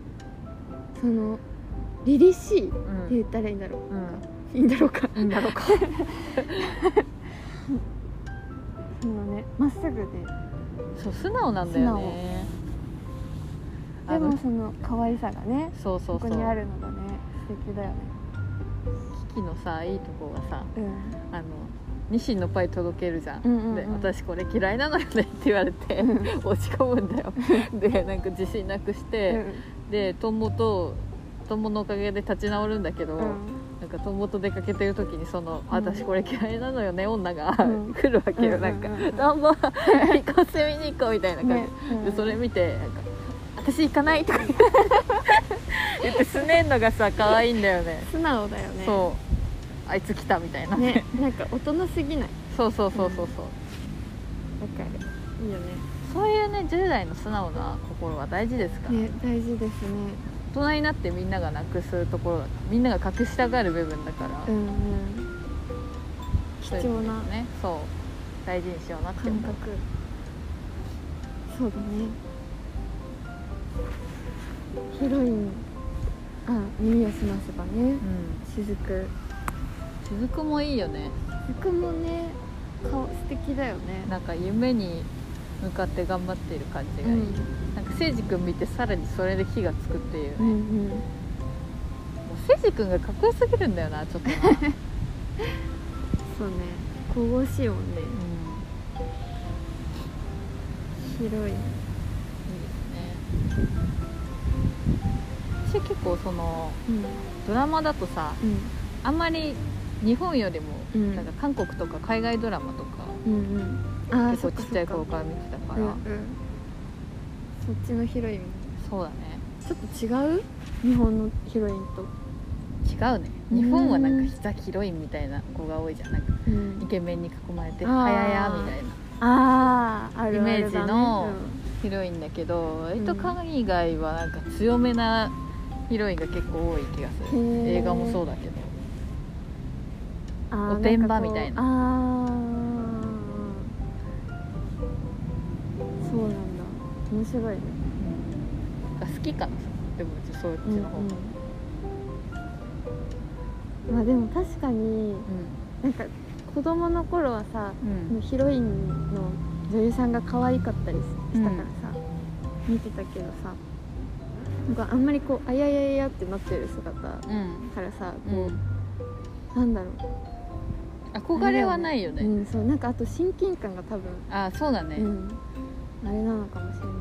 Speaker 1: その凛々しいって
Speaker 2: うん、
Speaker 1: 言ったらいいんだろう、
Speaker 2: うん
Speaker 1: なんかいいんだろうか
Speaker 2: いいんだろうか
Speaker 1: そうだねまっすぐで
Speaker 2: そう素直なんだよね
Speaker 1: で
Speaker 2: あの
Speaker 1: もその可愛さがね
Speaker 2: そうそう
Speaker 1: こ
Speaker 2: そ
Speaker 1: こ
Speaker 2: う
Speaker 1: にあるのがね素敵だよね
Speaker 2: キキのさいいとこがさ
Speaker 1: うん
Speaker 2: あのニシンのパイ届けるじゃん,、
Speaker 1: うんうんうん
Speaker 2: で私これ嫌いなのよねって言われて
Speaker 1: うん
Speaker 2: 落ち込むんだ
Speaker 1: [laughs]
Speaker 2: よでなんか自信なくして、でトンボとトンボのおかげで立ち直るんだけど、
Speaker 1: うん
Speaker 2: なんかトンボと出かけてる時にその、
Speaker 1: うん
Speaker 2: 私これ嫌いなのよね女が、
Speaker 1: うん
Speaker 2: 来るわけよ、なんか
Speaker 1: うんうんうん
Speaker 2: 「
Speaker 1: うん
Speaker 2: トンボ行こう攻めに行こう」みたいな感じ、
Speaker 1: ねうん
Speaker 2: でそれ見てなんか「私行かない」とか
Speaker 1: [laughs]
Speaker 2: 言って言ってすねんのがさ可愛いんだよね
Speaker 1: 素直だよね
Speaker 2: そうあいつ来たみたいな、
Speaker 1: ねなんか大人すぎない
Speaker 2: [laughs] そうそうそうそうそう、
Speaker 1: わかるいいよね
Speaker 2: そういうね10代の素直な心は大事ですから、
Speaker 1: ね大事ですね
Speaker 2: 大人になってみんながなくすところだからみんなが隠したがる部分だから、
Speaker 1: うんうん貴
Speaker 2: そういう
Speaker 1: 重な
Speaker 2: のねそう大事にしようなって
Speaker 1: 感
Speaker 2: 思う
Speaker 1: 覚そうだねヒロインあ耳をすませばね
Speaker 2: うん
Speaker 1: 雫
Speaker 2: 雫もいいよね
Speaker 1: 雫もね顔素敵だよね
Speaker 2: なんか夢に向かって頑張っている感じがいい、
Speaker 1: うん
Speaker 2: なんかせいじくん見てさらにそれで火がつくっていうね、
Speaker 1: う
Speaker 2: もうんせいじくんがかっこよすぎるんだよなち
Speaker 1: [laughs]
Speaker 2: ょっとな、うん
Speaker 1: そうね神々しいもんね広い
Speaker 2: いいですね私結構その
Speaker 1: うん
Speaker 2: ドラマだとさあんまり日本よりも、
Speaker 1: うん
Speaker 2: なんか韓国とか海外ドラマとか
Speaker 1: うんうんああ
Speaker 2: 結構ちっちゃい頃から見てたから
Speaker 1: うんうん、そっちのヒロインも
Speaker 2: そうだね
Speaker 1: ちょっと違う日本のヒロインと、
Speaker 2: 違うね
Speaker 1: うん
Speaker 2: 日本はなんか膝広いみたいな子が多いじゃんなんかイケメンに囲まれて「
Speaker 1: あー
Speaker 2: はやや」みたいな
Speaker 1: あああるあるだ、ね、
Speaker 2: イメージのヒロインだけど割と海外はなんか強めなヒロインが結構多い気がす
Speaker 1: へ
Speaker 2: る
Speaker 1: ー
Speaker 2: 映画もそうだけど
Speaker 1: うんあー
Speaker 2: おてんばみたいな
Speaker 1: なんかこうああそうなんだ面白いね
Speaker 2: が好きかなでもうちそっちの方が、うん
Speaker 1: うんまあでも確かになんか子供の頃はさ、
Speaker 2: うん
Speaker 1: ヒロインの女優さんが可愛かったりしたからさ、見てたけどさなんかあんまりこうあやややってなってる姿か
Speaker 2: うん
Speaker 1: らさ
Speaker 2: う
Speaker 1: こ
Speaker 2: ん
Speaker 1: う、なんだろう
Speaker 2: 憧れはないよね、
Speaker 1: うん、そうなんかあと親近感が多分、
Speaker 2: あそうだね、
Speaker 1: うん、あれなのかもしれない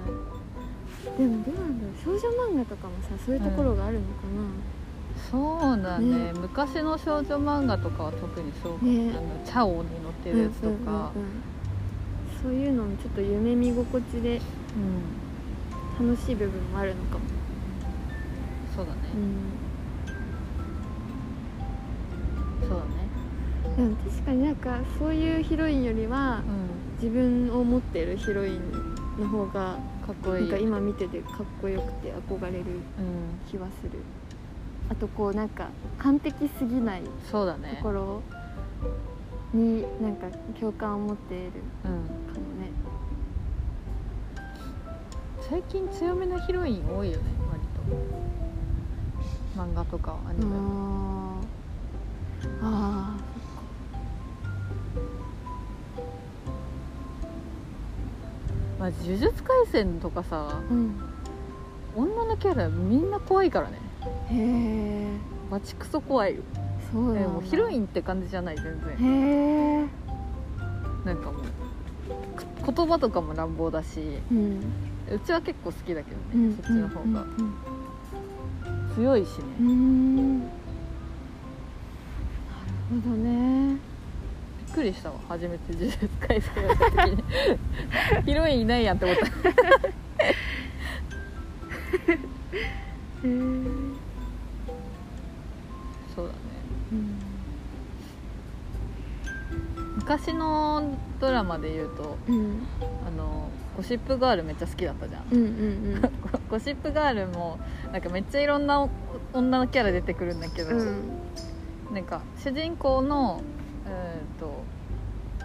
Speaker 1: でもどうなんだろう少女漫画とかもさそういうところがあるのか
Speaker 2: そうだね
Speaker 1: ね
Speaker 2: 昔の少女漫画とかは特にそう、
Speaker 1: ね
Speaker 2: あのチャオに載って
Speaker 1: な、
Speaker 2: るやつと
Speaker 1: うんうんうんうん
Speaker 2: か、
Speaker 1: そういうのもちょっと夢見心地で
Speaker 2: うん
Speaker 1: 楽しい部分もあるのかも、
Speaker 2: そうだね、
Speaker 1: うん
Speaker 2: そうだね
Speaker 1: でも確かになんかそういうヒロインよりは
Speaker 2: う
Speaker 1: 自分を持ってるヒロインの方が
Speaker 2: んかっこ
Speaker 1: ない
Speaker 2: い
Speaker 1: んか今見ててかっこよくて憧れ
Speaker 2: う
Speaker 1: る
Speaker 2: ん
Speaker 1: 気はするあとこうなんか完璧すぎないと
Speaker 2: そうだね
Speaker 1: ころになんか共感を持っている
Speaker 2: うん
Speaker 1: かもね
Speaker 2: 最近強めなヒロイン多いよね割と漫画とかアニメも
Speaker 1: あーあ
Speaker 2: まあ、呪術廻戦とかさ
Speaker 1: ーうん
Speaker 2: 女のキャラみんな怖いからね
Speaker 1: へえ
Speaker 2: バチクソ怖いよ
Speaker 1: そう
Speaker 2: で
Speaker 1: なん
Speaker 2: も
Speaker 1: だ
Speaker 2: ヒロインって感じじゃない全然
Speaker 1: へえ
Speaker 2: なんかもうく言葉とかも乱暴だし
Speaker 1: うん
Speaker 2: うちは結構好きだけどね、
Speaker 1: うん
Speaker 2: そっちの方が、
Speaker 1: うん
Speaker 2: 強いし
Speaker 1: うー
Speaker 2: ね
Speaker 1: んなるほどね
Speaker 2: びっくりしたわ初めて呪術廻戦やった時に [laughs] ヒロインいないやんって思った
Speaker 1: へえうん
Speaker 2: そうだね昔のドラマで言うと
Speaker 1: うん
Speaker 2: あのゴシップガールめっちゃ好きだったじゃん
Speaker 1: うんうん
Speaker 2: ゴシップガールもなんかめっちゃいろんなお女のキャラ出てくるんだけど、
Speaker 1: うんうん
Speaker 2: なんか主人公のえーっと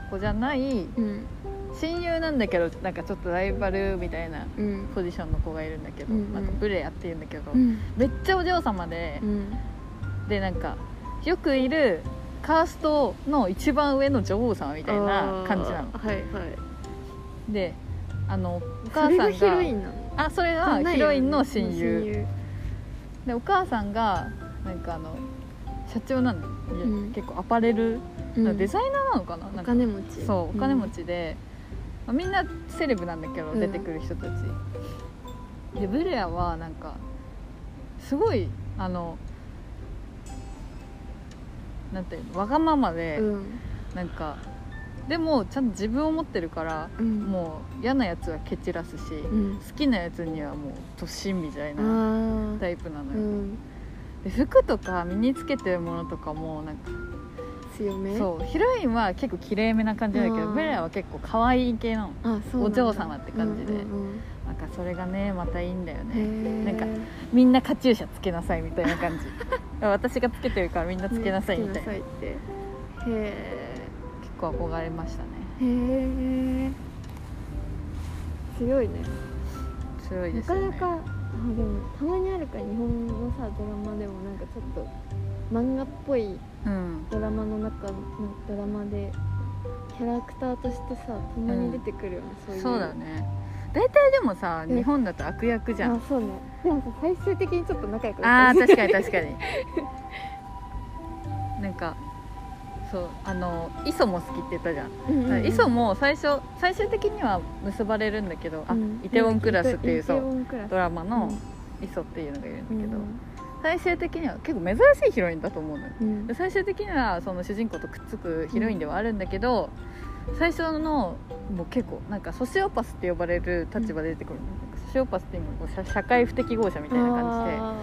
Speaker 2: 子じゃない
Speaker 1: うん
Speaker 2: 親友なんだけどなんかちょっとライバルみたいな
Speaker 1: うん
Speaker 2: ポジションの子がいるんだけど、
Speaker 1: うんうん
Speaker 2: なんかブレアっていうんだけど、
Speaker 1: うん
Speaker 2: めっちゃお嬢様で
Speaker 1: う、ん
Speaker 2: でなんかよくいるカーストの一番上の女王様みたいな感じなの
Speaker 1: あーはいはい
Speaker 2: であのお
Speaker 1: そ
Speaker 2: 母
Speaker 1: れ
Speaker 2: さ
Speaker 1: が
Speaker 2: ん
Speaker 1: ヒロイ
Speaker 2: が
Speaker 1: ンなの
Speaker 2: あそれ
Speaker 1: じゃ
Speaker 2: が
Speaker 1: ない
Speaker 2: ヒ
Speaker 1: よ
Speaker 2: ロ
Speaker 1: ね
Speaker 2: インの親友でお母さんがなんかあの社長なの、いや
Speaker 1: うん
Speaker 2: 結構アパレル、
Speaker 1: うん
Speaker 2: デザイナーなのかなな
Speaker 1: お
Speaker 2: んか
Speaker 1: 金持ち
Speaker 2: そうお金持
Speaker 1: ち
Speaker 2: ちで、まあみんなセレブなんだけど
Speaker 1: うん
Speaker 2: 出てくる人たち、でブレアはなんかすごいあのなんていうのわがままで、
Speaker 1: うん
Speaker 2: なんかでもちゃんと自分を持ってるから、
Speaker 1: うん
Speaker 2: もう嫌なやつは蹴散らすし、
Speaker 1: うん
Speaker 2: 好きなやつにはもう突進みたい
Speaker 1: あ
Speaker 2: な
Speaker 1: ー
Speaker 2: タイプなの
Speaker 1: う
Speaker 2: よ、
Speaker 1: ん
Speaker 2: で服とか身につけてるものとかもなんか
Speaker 1: 強め
Speaker 2: そうヒロインは結構きれいめな感じだけど
Speaker 1: あー
Speaker 2: ベラは結構可愛い系なの
Speaker 1: あそうなんだ
Speaker 2: お嬢様って感じで
Speaker 1: うんうん
Speaker 2: なんかそれがねまたいいんだよ
Speaker 1: うん
Speaker 2: ね
Speaker 1: へえ
Speaker 2: なんかみんなカチューシャつけなさいみたいな
Speaker 1: [laughs]
Speaker 2: 感じ私がつけてるからみんなつけなさいみたいな、
Speaker 1: ねつけなさいってへえ
Speaker 2: 結構憧れましたね
Speaker 1: へえ強いね
Speaker 2: 強いで
Speaker 1: な
Speaker 2: すよ
Speaker 1: か
Speaker 2: ね
Speaker 1: なかあでもたまにあるから日本のさドラマでもなんかちょっと漫画っぽい
Speaker 2: うん
Speaker 1: ドラマの中のドラマでキャラクターとしてさたまに出てくるよね、そういう
Speaker 2: そうだね大体でもさ
Speaker 1: うん
Speaker 2: 日本だと悪役じゃん
Speaker 1: あそうねでもさ最終的にちょっと仲良くな
Speaker 2: あ
Speaker 1: っ
Speaker 2: ー
Speaker 1: た
Speaker 2: 確
Speaker 1: り
Speaker 2: かに確か
Speaker 1: [laughs]
Speaker 2: になんかそうあの磯も好きって言ったじゃん
Speaker 1: に、うんうんうん、
Speaker 2: 磯も最初最終的には結ばれるんだけど、
Speaker 1: うん
Speaker 2: あイテウォンクラスってい
Speaker 1: イ
Speaker 2: う
Speaker 1: テ
Speaker 2: そ
Speaker 1: ウ
Speaker 2: う
Speaker 1: ォンクラス
Speaker 2: ドラマの磯っていうのがいるんだけど、最終的には結構珍しいヒロインだと思うのよ
Speaker 1: うんうん
Speaker 2: で最終的にはその主人公とくっつくヒロインではあるんだけど、最初のもう結構なんかソシオパスって呼ばれる立場で出てくるの、ソシオパスっていうのはこう社社会不適合者みたいな感じで
Speaker 1: あ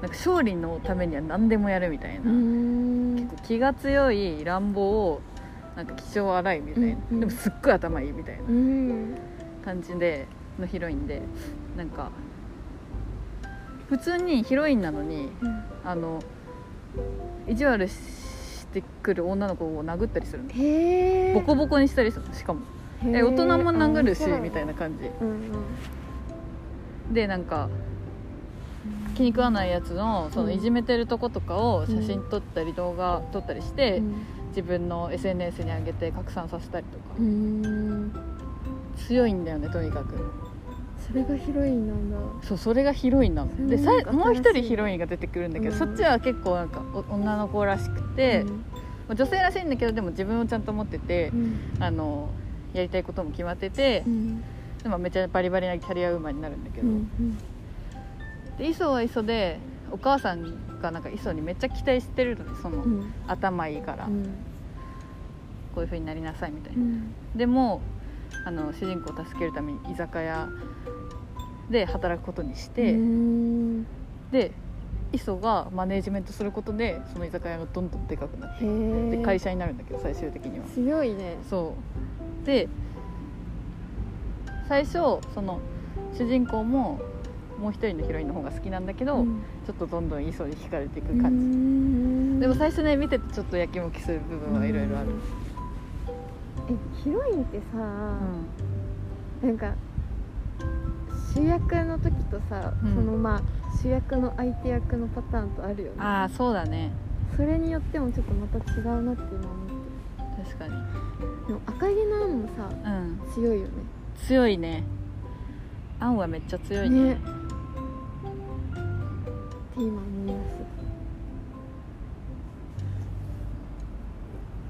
Speaker 2: なんか勝利のためには何でもやるみたい
Speaker 1: ーう
Speaker 2: な、
Speaker 1: ーん
Speaker 2: 結構気が強い乱暴をなんか気性荒いみたいな、
Speaker 1: うんうん
Speaker 2: でもすっごい頭いいみたいな
Speaker 1: うん
Speaker 2: 感じでのヒロインでなんか普通にヒロインなのに
Speaker 1: うん
Speaker 2: あの意地悪してくる女の子を殴ったりするの
Speaker 1: へえ
Speaker 2: ボコボコにしたりするのしかも
Speaker 1: へへ
Speaker 2: え
Speaker 1: ー
Speaker 2: 大人も殴るし
Speaker 1: あ面白
Speaker 2: みたいな感じ
Speaker 1: うんうん
Speaker 2: でなんか気に食わないやつのそのいじめてるとことかを写真撮ったり動画撮ったりして、
Speaker 1: うん
Speaker 2: 自分の SNS に上げて拡散させたりとか、
Speaker 1: うん
Speaker 2: 強いんだよねとにかく
Speaker 1: それがヒロインなんだ
Speaker 2: そうそれがヒロインな
Speaker 1: それ
Speaker 2: の
Speaker 1: も
Speaker 2: でさ
Speaker 1: なんか
Speaker 2: もう一
Speaker 1: 新し
Speaker 2: 人
Speaker 1: い
Speaker 2: ヒロインが出てくるんだけど、
Speaker 1: うん
Speaker 2: そっちは結構なんかお女の子らしくて、
Speaker 1: うん
Speaker 2: まあ女性らしいんだけどでも自分をちゃんと持ってて、
Speaker 1: うん
Speaker 2: あのやりたいことも決まってて
Speaker 1: う、ん
Speaker 2: でまあめっちゃバリバリなキャリアウーマンになるんだけ
Speaker 1: う
Speaker 2: ど、
Speaker 1: ん
Speaker 2: で磯は磯でお母さんがなんか磯にめっちゃ期待してるのねその、
Speaker 1: うん
Speaker 2: 頭いいから、
Speaker 1: うん
Speaker 2: こういう風になりなさいみたいな、
Speaker 1: うん
Speaker 2: でもあの主人公を助けるために居酒屋で働くことにして、
Speaker 1: うん
Speaker 2: で磯がマネージメントすることでその居酒屋がどんどんでかくなって
Speaker 1: へー
Speaker 2: で会社になるんだけど最終的には
Speaker 1: 強いね
Speaker 2: そうで最初その主人公ももう一人のヒロインの方が好きなんだけど、
Speaker 1: うん
Speaker 2: ちょっとどんどん磯に惹かれていく感じ、
Speaker 1: うん
Speaker 2: でも最初ね見ててちょっとやきもきする部分はいろいろある、
Speaker 1: えヒロインってさ、
Speaker 2: うん
Speaker 1: なんか主役の時とさ、
Speaker 2: うん
Speaker 1: そのまあ主役の相手役のパターンとあるよね
Speaker 2: ああそうだね
Speaker 1: それによってもちょっとまた違うなって今思って
Speaker 2: 確かに
Speaker 1: るでも赤毛のアンもさ
Speaker 2: うん
Speaker 1: 強いよね
Speaker 2: 強いねアンはめっちゃ強いね
Speaker 1: ねって今思い出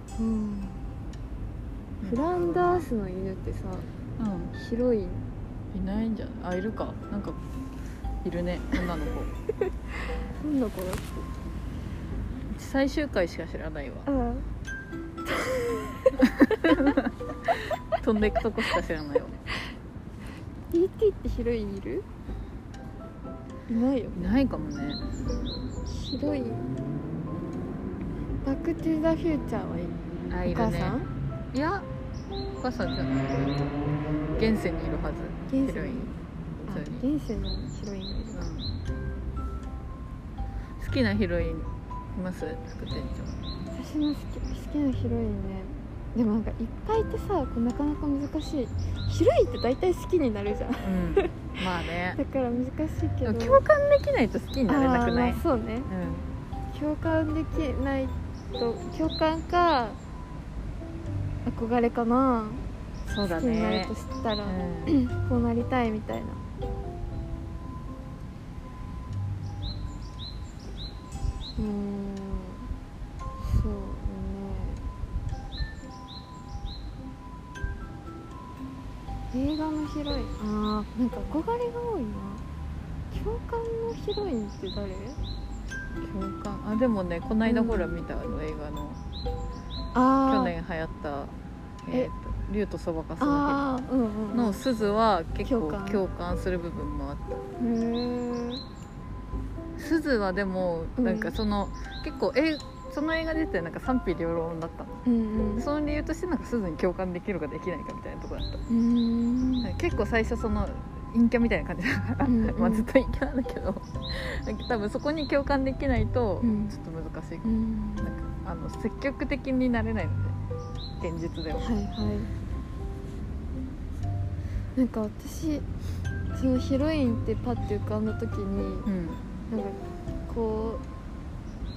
Speaker 1: すうんフランダースの犬ってさ
Speaker 2: う
Speaker 1: ヒロイン
Speaker 2: んいないんじゃないあいるかなんかいるね女の子 [laughs]
Speaker 1: 何の子だっけ
Speaker 2: 最終回しか知らないわ
Speaker 1: あ
Speaker 2: 飛んでいくとこしか知らないわ
Speaker 1: ET ってヒロインいるいないよ
Speaker 2: いないかもね
Speaker 1: ヒロインバック・トゥ・ザ・フューチャーはいる
Speaker 2: あ
Speaker 1: お母さん
Speaker 2: いやお母さんじゃない現世にいるはず
Speaker 1: 現
Speaker 2: ヒロ
Speaker 1: 世
Speaker 2: イン
Speaker 1: にあ
Speaker 2: 普通に
Speaker 1: 現世のヒロインがいる
Speaker 2: うん好きなヒロインいます副店
Speaker 1: 私の好き好きなヒロインねでもなんかいっぱいいてさこうなかなか難しいヒロインって大体好きになるじゃん
Speaker 2: [laughs] 長うんまあね
Speaker 1: だから難しい
Speaker 2: [laughs]
Speaker 1: け
Speaker 2: で
Speaker 1: ど
Speaker 2: も共感できないと好きになれなくな
Speaker 1: あ
Speaker 2: い
Speaker 1: ーまあそうね共感できないと共感か憧れか
Speaker 2: う
Speaker 1: な
Speaker 2: んそうだ
Speaker 1: 好きになる
Speaker 2: ね
Speaker 1: としたら、
Speaker 2: うん
Speaker 1: こうなりたいみたいなうーんそうね映画のヒロインあーなんか憧れが多いな共感のヒロインって誰
Speaker 2: 共感あでもねこないだほら見たあの映画の
Speaker 1: あ
Speaker 2: 去年流行った「えーと竜とそばかすの
Speaker 1: ああうんうん
Speaker 2: 日」の鈴は結構
Speaker 1: 共感
Speaker 2: 共感する部分もあった
Speaker 1: へ
Speaker 2: 鈴はでも
Speaker 1: うん
Speaker 2: なんかその、結構えその映画出てなんか賛否両論だったの
Speaker 1: えうんうん
Speaker 2: その理由としてなんか鈴に共感できるかできないかみたいなとこだった
Speaker 1: うーん
Speaker 2: なんか結構最初その陰キャみたいな感じだから、
Speaker 1: うんうん
Speaker 2: まあずっと陰キャなんだけどなんか多分そこに共感できないと
Speaker 1: うん
Speaker 2: ちょっと難しい、
Speaker 1: うん
Speaker 2: なんかあの積極的になれないので現実では
Speaker 1: はいはいなんか私そのヒロインってパッて浮かんだ時に
Speaker 2: うん
Speaker 1: なんかこ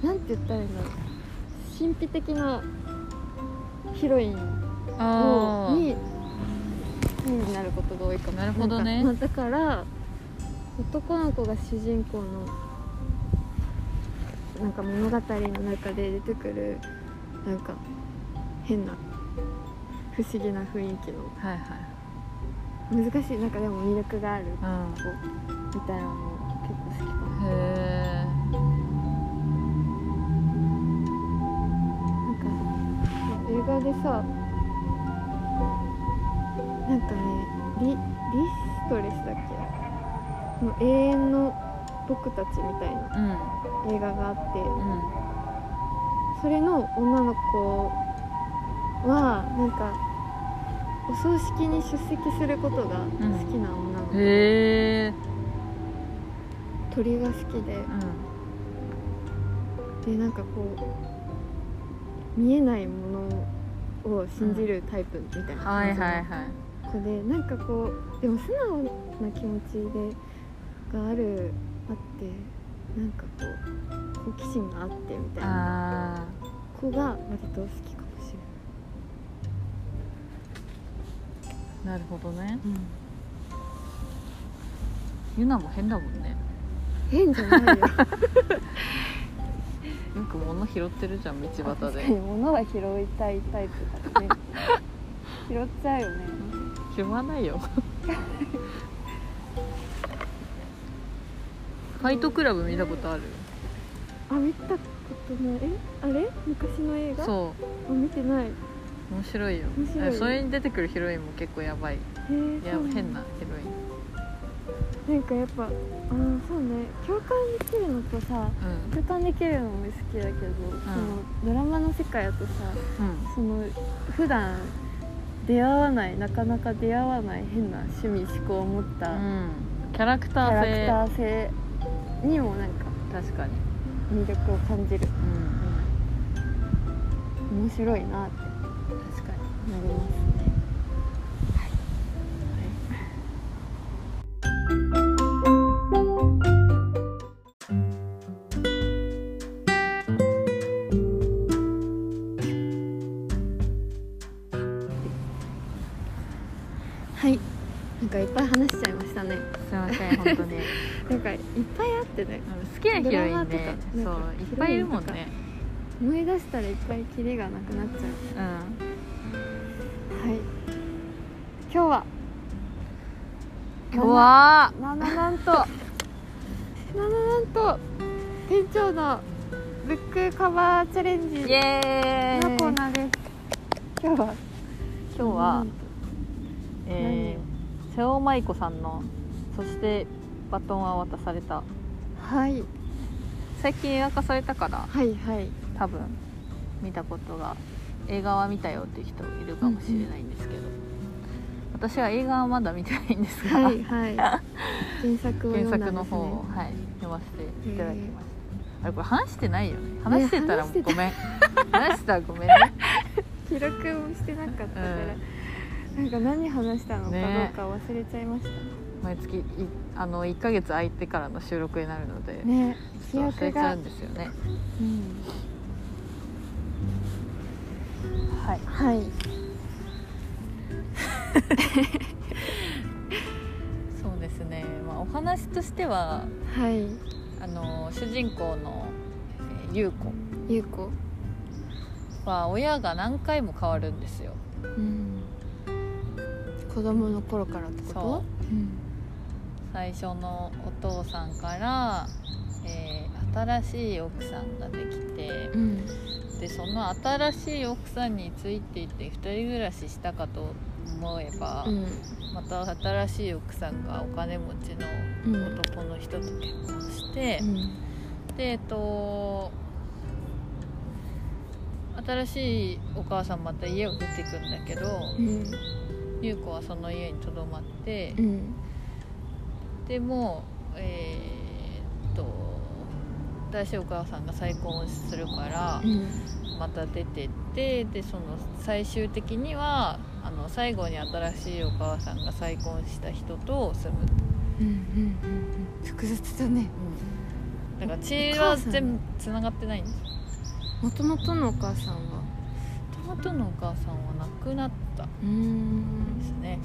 Speaker 1: うなんて言ったらいいんだろう神秘的なヒロイン
Speaker 2: あー
Speaker 1: をに気になることが多いかも
Speaker 2: なるほどね
Speaker 1: なんかまあだから男の子が主人公のなんか物語の中で出てくるなんか変な不思議な雰囲気の
Speaker 2: はいはい
Speaker 1: 難しいなんかでも魅力がある
Speaker 2: うん
Speaker 1: 子みたいなの結構好きか
Speaker 2: へ
Speaker 1: な
Speaker 2: え
Speaker 1: なんか映画でさなんかねリリストレスだっけの永遠の僕たちみたいな
Speaker 2: うんうん
Speaker 1: 映画があってそれの女の子はなんかお葬式に出席することが好きな女の子、
Speaker 2: へえ
Speaker 1: 鳥が好きで
Speaker 2: う
Speaker 1: でなんかこう見えないものを信じるタイプみたいな
Speaker 2: はいはいはい
Speaker 1: 感じの子でなんかこうでも素直な気持ちでがあるあってなんかこう好奇心があってみたいな
Speaker 2: あ
Speaker 1: 子が割と好きかもし
Speaker 2: ーなるほどね
Speaker 1: れない、
Speaker 2: ユナも変だもんね
Speaker 1: 変じゃ [laughs] ないよ
Speaker 2: よく物拾ってるじゃん道端
Speaker 1: 確か
Speaker 2: で
Speaker 1: に物は拾いたいタイプ [laughs] だね拾っちゃうよね
Speaker 2: 拾わないよ [laughs] ファイトクラブ見たことある
Speaker 1: あ見たことないえあれ昔の映画う
Speaker 2: そう
Speaker 1: あ見てないへ
Speaker 2: 面白いよ
Speaker 1: 面白いよ
Speaker 2: それに出てくるヒロインも結構やばい
Speaker 1: え
Speaker 2: や変なヒロイン
Speaker 1: なんかやっぱあーそうね共感できるのと
Speaker 2: う
Speaker 1: さ共感できるのも好きだけど、そのドラマの世界だとさ
Speaker 2: ん、うん、
Speaker 1: その普段出会わないなかなか出会わない変な趣味思考を持った
Speaker 2: うんキャラク
Speaker 1: キ
Speaker 2: タ
Speaker 1: ャ
Speaker 2: ー
Speaker 1: ラク
Speaker 2: 性
Speaker 1: ター性にもなんか
Speaker 2: 確かに、
Speaker 1: 魅力を感じる
Speaker 2: うん、
Speaker 1: 面白いなって
Speaker 2: 確か
Speaker 1: なりますはいなんかいっぱい話しちゃいました
Speaker 2: に
Speaker 1: ね
Speaker 2: すいません本当 [laughs] に
Speaker 1: なんかいっぱいあってね
Speaker 2: 好きなヒロイン
Speaker 1: ドラ
Speaker 2: ね
Speaker 1: マとか
Speaker 2: そう
Speaker 1: なんか
Speaker 2: いっぱいいるもんね
Speaker 1: 思い出したらいっぱいキリがなくなっちゃう
Speaker 2: うん
Speaker 1: はい今日は
Speaker 2: 今日は
Speaker 1: なななんとなななんと店長のブックカバーチャレンジ
Speaker 2: イエー
Speaker 1: の
Speaker 2: イ
Speaker 1: コー
Speaker 2: 今
Speaker 1: ナーです今日は
Speaker 2: 日は、えー、瀬尾舞子さんのそしてバトンは渡された
Speaker 1: はい
Speaker 2: 最近映画化されたから
Speaker 1: はいはい
Speaker 2: 多分見たことが映画は見たよっていう人いるかもしれないんですけど、私は映画はまだ見てないんですが、
Speaker 1: はいはい原作を
Speaker 2: 原
Speaker 1: 読んだ
Speaker 2: 作
Speaker 1: んで
Speaker 2: の
Speaker 1: す
Speaker 2: 方を、
Speaker 1: ね
Speaker 2: はい、読ませていただきました、あれこれ話してないよね話してたら
Speaker 1: 話してた
Speaker 2: ご
Speaker 1: [laughs]
Speaker 2: めん話してたらごめんね
Speaker 1: 記録をしてなかったから、なんか何話したのかどう
Speaker 2: ね
Speaker 1: か忘れちゃいまし
Speaker 2: 毎月いあの1ヶ月空いてからの収録になるので、
Speaker 1: たねね
Speaker 2: ち
Speaker 1: 記
Speaker 2: ょっと忘
Speaker 1: 憶
Speaker 2: れちゃ
Speaker 1: が
Speaker 2: うんですよね
Speaker 1: うん
Speaker 2: はい
Speaker 1: はい
Speaker 2: そうですね、まあ、お話としては
Speaker 1: はい
Speaker 2: あの主人公のえー優子
Speaker 1: ゆうこ
Speaker 2: は親が何回も変わるんですよ
Speaker 1: うん子供の頃からってこと、
Speaker 2: そう
Speaker 1: ん、
Speaker 2: 最初のお父さんから、えー新しい奥さんができて
Speaker 1: うん
Speaker 2: でその新しい奥さんについていって2人暮らししたかと思えば、
Speaker 1: うん
Speaker 2: また新しい奥さんがお金持ちの
Speaker 1: うん
Speaker 2: 男の人と結婚して、
Speaker 1: うん
Speaker 2: でえっと新しいお母さんまた家を出てくんだけど
Speaker 1: うん
Speaker 2: 優子はその家にとどまって
Speaker 1: う、ん
Speaker 2: でもうえーっと新しいお母さんが再婚するから
Speaker 1: う、ん
Speaker 2: また出てってでその最終的にはあの最後に新しいお母さんが再婚した人と住む
Speaker 1: うんうん複雑だね
Speaker 2: だから血は
Speaker 1: お母さん
Speaker 2: 全部つながってないんです
Speaker 1: もともとのお母さんは
Speaker 2: トマトのお母さんは亡くなったん
Speaker 1: うー
Speaker 2: で
Speaker 1: ん
Speaker 2: すね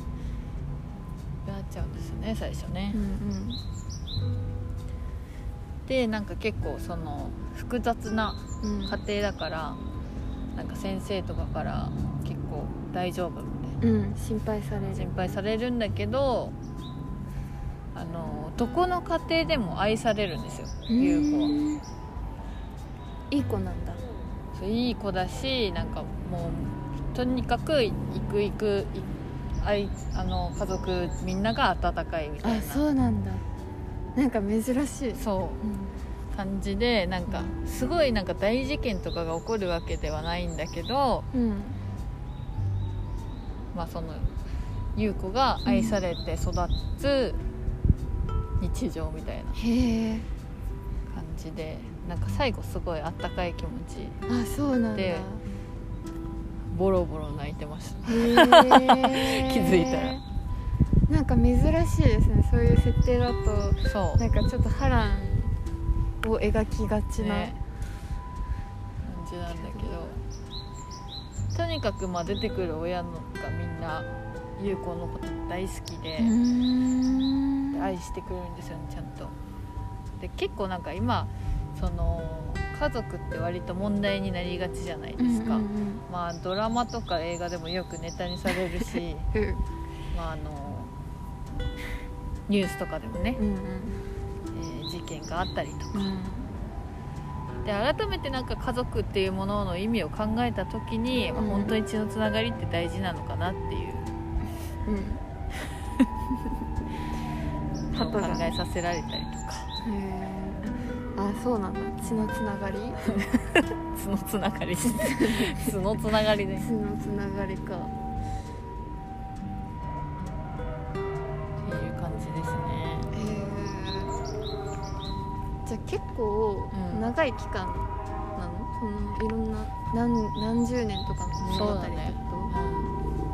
Speaker 2: なっちゃうんですよね最初ね
Speaker 1: うんう、ん
Speaker 2: でなんか結構その複雑な
Speaker 1: うん
Speaker 2: 家庭だからなんか先生とかから結構大丈夫みたいな
Speaker 1: うん心配される
Speaker 2: 心配されるんだけどあのどこの家庭でも愛されるんですよ優子は
Speaker 1: うんいい子なんだ
Speaker 2: そういい子だしなんかもうとにかく行く行くい愛あの家族みんなが温かいみたい
Speaker 1: あ
Speaker 2: な
Speaker 1: そうなんだなんか珍しい
Speaker 2: そう感じでなんかすごいなんか大事件とかが起こるわけではないんだけど、
Speaker 1: んうん
Speaker 2: まあ、その優子が愛されて育つ日常みたいな
Speaker 1: へえ
Speaker 2: 感じでなんか最後すごいあったかい気持ち
Speaker 1: あそうなんだ
Speaker 2: でボロボロ泣いてました
Speaker 1: 気づ
Speaker 2: いたら
Speaker 1: なんか珍しいですねそういう設定だと
Speaker 2: そう
Speaker 1: なんかちょっと波乱を描きがちな、
Speaker 2: ね感じなんだけどとにかくまあ出てくる親のがみんな優子のこと大好きで
Speaker 1: うー、ん
Speaker 2: 愛してくれるんですよねちゃんと。で結構なんか今その家族って割と問題になりがちじゃないですか、
Speaker 1: うんうん
Speaker 2: まあドラマとか映画でもよくネタにされる
Speaker 1: [laughs]
Speaker 2: し
Speaker 1: うんうん
Speaker 2: まああのニュースとかでもね
Speaker 1: う、ん
Speaker 2: えー事件があったりと
Speaker 1: う
Speaker 2: か
Speaker 1: ん
Speaker 2: で改めてなんか家族っていうものの意味を考えた時に、まあ
Speaker 1: うん
Speaker 2: 本当に血のつながりって大事なのかなっていう
Speaker 1: うん
Speaker 2: のを考
Speaker 1: 鳩が
Speaker 2: えさせられたりとか [laughs]
Speaker 1: へーあそうなんだ血のつながり
Speaker 2: 血のつながり
Speaker 1: [laughs]
Speaker 2: 血のつながりね
Speaker 1: 血のつながりか
Speaker 2: っていう感じですね
Speaker 1: へえじゃあ結構
Speaker 2: うん
Speaker 1: 長い期間なの、そのいろんな何何十年とかの物語
Speaker 2: そうだ
Speaker 1: ってこと
Speaker 2: ね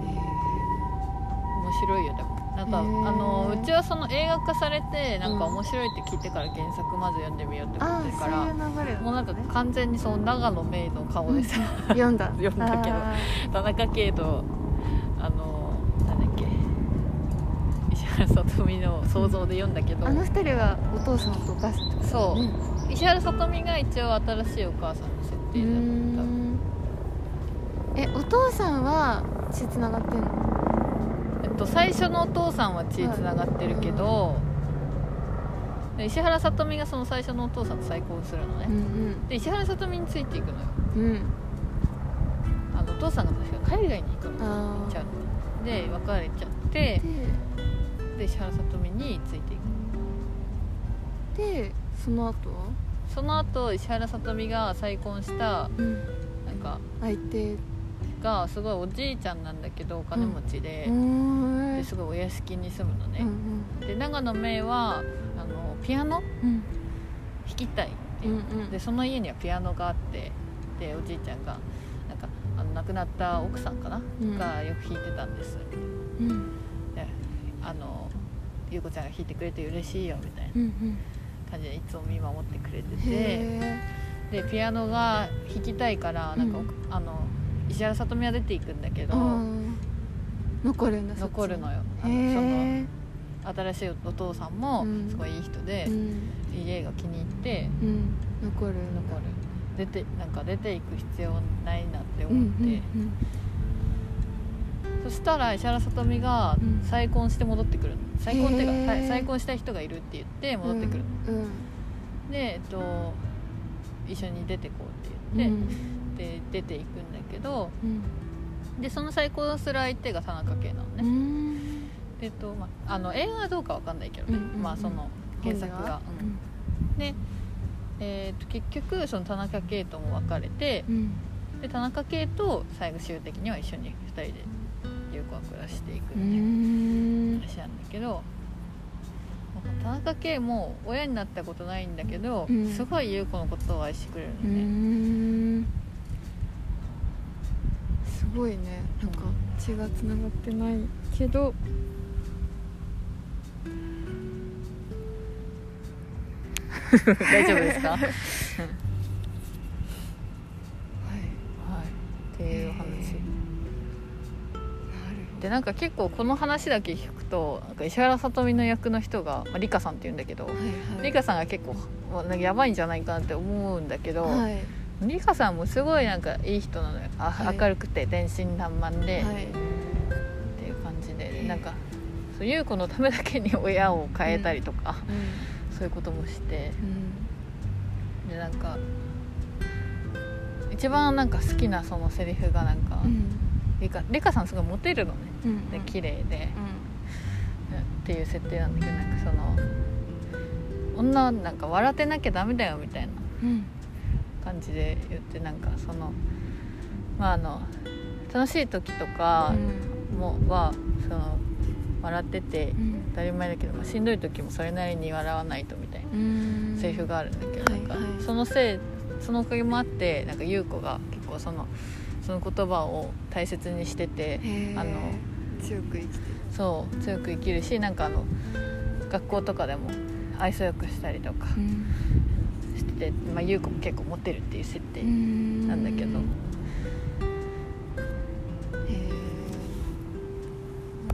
Speaker 2: 面白いよでもなんか、
Speaker 1: へー
Speaker 2: あのうちはその映画化されてなんか面白いって聞いてから原作まず読んでみようって
Speaker 1: えー
Speaker 2: こと
Speaker 1: あ
Speaker 2: だか
Speaker 1: あそうい
Speaker 2: ら
Speaker 1: う流れだったね
Speaker 2: もうなんか完全にその長野芽郁の顔でさ、
Speaker 1: 読んだ
Speaker 2: [laughs] 読んだけど
Speaker 1: あ
Speaker 2: 田中圭とあのなんだっけ石原さとみの想像で読んだけど
Speaker 1: ーあの二人はお父さんとお母さんってこと
Speaker 2: そう、
Speaker 1: ね
Speaker 2: 石原さとみが一応新しいお母さんの設
Speaker 1: うー
Speaker 2: 定だっ
Speaker 1: んえお父さんは血つながってんの
Speaker 2: た、えっと、最初のお父さんは血つながってるけど、で石原さとみがその最初のお父さんと再婚するのね、
Speaker 1: ん
Speaker 2: で石原さとみについていくのよ
Speaker 1: うんうん
Speaker 2: あのお父さんが確か海外に行くのか
Speaker 1: あ
Speaker 2: 行っち
Speaker 1: ー
Speaker 2: ゃうので別れちゃってで石原さとみについていく
Speaker 1: ででその後は、
Speaker 2: その後石原さとみが再婚したなんか
Speaker 1: 相手
Speaker 2: がすごいおじいちゃんなんだけどお金持ちで,、
Speaker 1: ん
Speaker 2: ですごいお屋敷に住むの
Speaker 1: う
Speaker 2: ね、
Speaker 1: ん
Speaker 2: で長野芽郁はあのピアノ
Speaker 1: うん
Speaker 2: 弾きたいって
Speaker 1: う
Speaker 2: い
Speaker 1: ん
Speaker 2: う、
Speaker 1: うん
Speaker 2: でその家にはピアノがあってでおじいちゃんがなんかあの亡くなった奥さんかな、
Speaker 1: うん
Speaker 2: がよく弾いてたんですみたいな
Speaker 1: うん
Speaker 2: あの優子ちゃんが弾いてくれて嬉しいよみたいな
Speaker 1: うんうん
Speaker 2: 感じでいつも見守ってくれてて
Speaker 1: へ
Speaker 2: でピアノが弾きたいからなんか、
Speaker 1: うん
Speaker 2: あの石原さとみは出ていくんだけ
Speaker 1: え
Speaker 2: ど、
Speaker 1: 残るんだそっち
Speaker 2: 残るのよあ
Speaker 1: へ
Speaker 2: のその
Speaker 1: え
Speaker 2: 新しいお父さんも
Speaker 1: うん
Speaker 2: すごいいい人で
Speaker 1: う、ん
Speaker 2: 家が気に入って
Speaker 1: うん残る
Speaker 2: 残る出てなんか出ていく必要ないなって
Speaker 1: うん
Speaker 2: 思って、
Speaker 1: うん
Speaker 2: そしたら石原さとみが
Speaker 1: うん
Speaker 2: 再婚して戻ってくるの再婚っていう
Speaker 1: へー
Speaker 2: か、はい、再婚したい人がいるって言って戻ってくるの、
Speaker 1: うん
Speaker 2: でえっと一緒に出てこう
Speaker 1: うん
Speaker 2: って
Speaker 1: う
Speaker 2: 言っ
Speaker 1: ん
Speaker 2: て、で出ていくんだけど
Speaker 1: うん
Speaker 2: でその再婚する相手が田中圭なのね、
Speaker 1: うん
Speaker 2: でえっとまあ、あの映画はどうかわかんないけどね、
Speaker 1: うんうんうん
Speaker 2: まあその原作
Speaker 1: 本で
Speaker 2: が
Speaker 1: は、
Speaker 2: うんえー、と結局その田中圭とも別れて
Speaker 1: うんうん
Speaker 2: で田中圭と最終的には一緒に2人で優子は暮らしていく
Speaker 1: う
Speaker 2: みたいなん話なんだけど、なんか田中圭も親になったことないんだけど、
Speaker 1: うん
Speaker 2: すごい優子のことを愛してくれる
Speaker 1: う
Speaker 2: のね、
Speaker 1: んすごいねなんか血がつながってないけど
Speaker 2: [laughs] 大丈夫ですかはい
Speaker 1: はい
Speaker 2: っていう話、
Speaker 1: なるほ
Speaker 2: でなんか結構この話だけ聞くとなんか石原さとみの役の人が、まあ、リカさんって言うんだけど、
Speaker 1: どはいはい
Speaker 2: リカさんが結構まあなんかやばいんじゃないかなって思うんだけど、
Speaker 1: はい
Speaker 2: リカさんもすごいなんかいい人なのよ、あ
Speaker 1: はい
Speaker 2: 明るくて天真爛漫で、
Speaker 1: はい
Speaker 2: っていう感じで
Speaker 1: へえ
Speaker 2: なんかそう優子のためだけに親を変えたりとか、そういうこともして
Speaker 1: うん
Speaker 2: でなんか一番なんか好きなそのセリフがなんか、
Speaker 1: うん
Speaker 2: リカリカさんすごいモテるのね
Speaker 1: うん
Speaker 2: で綺麗で、
Speaker 1: う
Speaker 2: っていう設定なんだけどなんかその女はなんか笑ってなきゃダメだよみたいなん
Speaker 1: うん
Speaker 2: 感じで言ってなんかそのまああの楽しい時とかも、はその笑ってて
Speaker 1: うん
Speaker 2: 当たり前だけど、まあ、しんどい時もそれなりに笑わないとみたいな
Speaker 1: うん
Speaker 2: セリフがあるんだけど、
Speaker 1: はい
Speaker 2: なんか
Speaker 1: はい
Speaker 2: そのせいそのおかげもあってなんか優子が結構そのその言葉を大切にしててあの
Speaker 1: 強く生きて
Speaker 2: そう強く生きるしなんかあの学校とかでも愛想よくしたりとかしてて、まあ、優子も結構モテるっていう設定
Speaker 1: な
Speaker 2: なんだけど、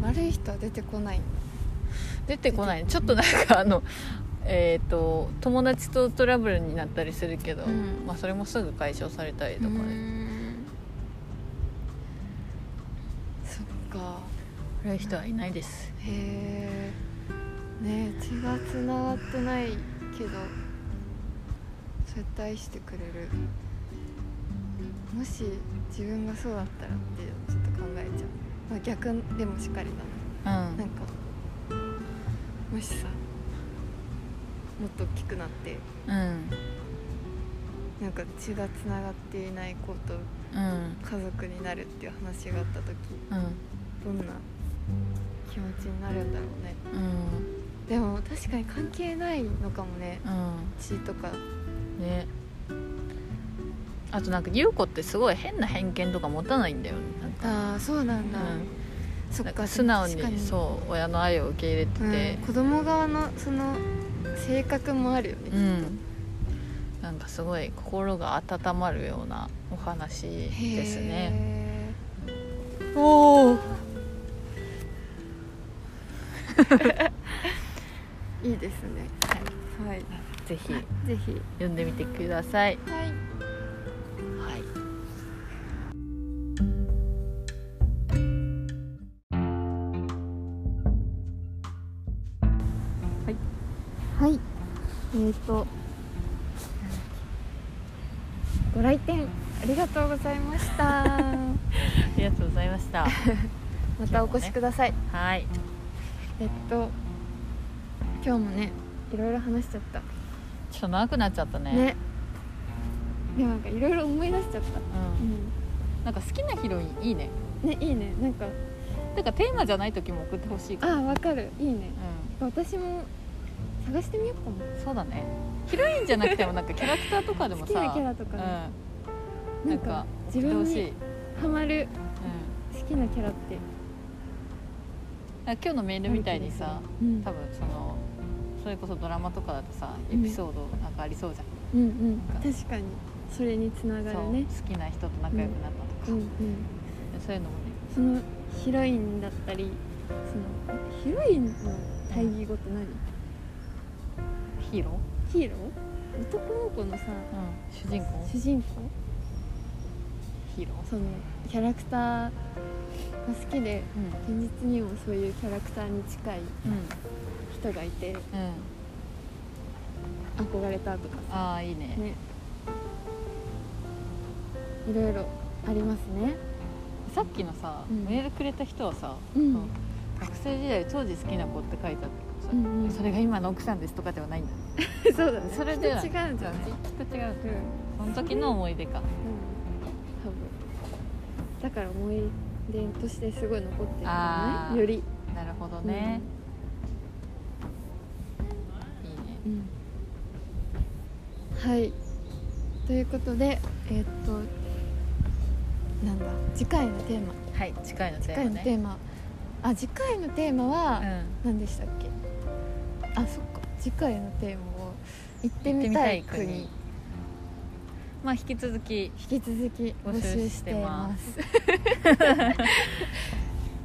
Speaker 1: 悪い人は出てこない
Speaker 2: 出てこないちょっとなんかあの [laughs] えっ、と友達とトラブルになったりするけど、
Speaker 1: うん
Speaker 2: まあ、それもすぐ解消されたりとかで、
Speaker 1: そっか
Speaker 2: 悪い人はいないです
Speaker 1: へえねえ血がつながってないけどそうやって愛してくれるもし自分がそうだったらってちょっと考えちゃう、まあ、逆でもしかりだ
Speaker 2: うん
Speaker 1: ななんかもしさもっと大きくなって
Speaker 2: うん
Speaker 1: なんか血がつながっていない子と
Speaker 2: うん
Speaker 1: 家族になるっていう話があった時
Speaker 2: うん
Speaker 1: どんな気持ちになるんだろうね
Speaker 2: うん
Speaker 1: でも確かに関係ないのかもね
Speaker 2: う
Speaker 1: 血とか
Speaker 2: んねあとなんか優子ってすごい変な偏見とか持たないんだよねなんか
Speaker 1: ああそうなんだ、
Speaker 2: うん
Speaker 1: そっ
Speaker 2: なん
Speaker 1: か
Speaker 2: か素直
Speaker 1: 確か
Speaker 2: にそう親の愛を受け入れて
Speaker 1: うん
Speaker 2: て、
Speaker 1: 子供側のその性格もあるよね、きっ
Speaker 2: う
Speaker 1: と
Speaker 2: ん、なんかすごい心が温まるようなお話ですね
Speaker 1: へ
Speaker 2: おお
Speaker 1: ーいいですねはい、
Speaker 2: ぜひ
Speaker 1: ぜひ
Speaker 2: 読んでみてください、
Speaker 1: はい
Speaker 2: はい、
Speaker 1: はいえー、となんだっけご来店ありがとうございまし
Speaker 2: [laughs]
Speaker 1: た
Speaker 2: ありがとうございました
Speaker 1: またお越しください、
Speaker 2: はい
Speaker 1: えっと今日もねいろいろ話しちゃった
Speaker 2: ちょっと長くなっちゃったね
Speaker 1: ねでもなんかいろいろ思い出しちゃった、
Speaker 2: う、
Speaker 1: うん
Speaker 2: なんか好きなヒロインいいね
Speaker 1: ん、ねいいねなんか
Speaker 2: なんかテーマじゃない時も送ってほしい
Speaker 1: あ
Speaker 2: から
Speaker 1: ーわかるいいね
Speaker 2: う
Speaker 1: 私も探してみようかも
Speaker 2: んそうだねヒロインじゃなくてもなんかキャラクターとかでもさ
Speaker 1: 好きなキャラとかね、
Speaker 2: うん、なん
Speaker 1: な
Speaker 2: ん
Speaker 1: か
Speaker 2: か
Speaker 1: 自
Speaker 2: 送ってほ
Speaker 1: 分
Speaker 2: しい、う
Speaker 1: に
Speaker 2: ん、
Speaker 1: ハマる好きなキャラって
Speaker 2: なんか今日のメールみたいにさ
Speaker 1: うん
Speaker 2: 多分そのそれこそドラマとかだとさエピソードなんかありそうじゃん、
Speaker 1: うんうん
Speaker 2: なんか
Speaker 1: 確かにそれにつなが
Speaker 2: そう
Speaker 1: るね
Speaker 2: 好きな人と仲良くなったとか、
Speaker 1: うんうん
Speaker 2: そういうのもね
Speaker 1: そのヒロインだったりそのヒロインの対義語って何、
Speaker 2: ヒーロ
Speaker 1: ヒーロー男の子のさ
Speaker 2: ー、主人公
Speaker 1: 主人公
Speaker 2: ヒーロ
Speaker 1: そのキャラクターが好きで
Speaker 2: ー
Speaker 1: 現実にもそういうキャラクターに近い
Speaker 2: うん
Speaker 1: 人がいて
Speaker 2: うん、うん、
Speaker 1: 憧れたとか
Speaker 2: ああいいね
Speaker 1: ねいろいろありますね
Speaker 2: さっきのさ、
Speaker 1: うん
Speaker 2: メールくれた人はさ、
Speaker 1: うん
Speaker 2: その学生時代当時好きな子って書いてあったけどさ、
Speaker 1: うんうん
Speaker 2: それが今の奥さんですとかではないんだね
Speaker 1: [laughs] そうだね
Speaker 2: それでは
Speaker 1: きっと違うんじゃない
Speaker 2: きっと違う
Speaker 1: うん、うん、
Speaker 2: その時の思い出か
Speaker 1: 多分だから思い出としてすごい残ってるんだ
Speaker 2: あー
Speaker 1: ねより
Speaker 2: なるほどね、いいね
Speaker 1: うんはいということでえーっとなんだ次回のテーマ
Speaker 2: はい次回のテ
Speaker 1: 次
Speaker 2: ー
Speaker 1: 回
Speaker 2: マ
Speaker 1: の
Speaker 2: ね
Speaker 1: テーマあ次回のテーマは、
Speaker 2: うん
Speaker 1: 何でしたっけあそっか次回のテーマを行ってみたい
Speaker 2: 行ってみたい
Speaker 1: 国
Speaker 2: 国まあ引き続き
Speaker 1: 引き続き募集しています [laughs]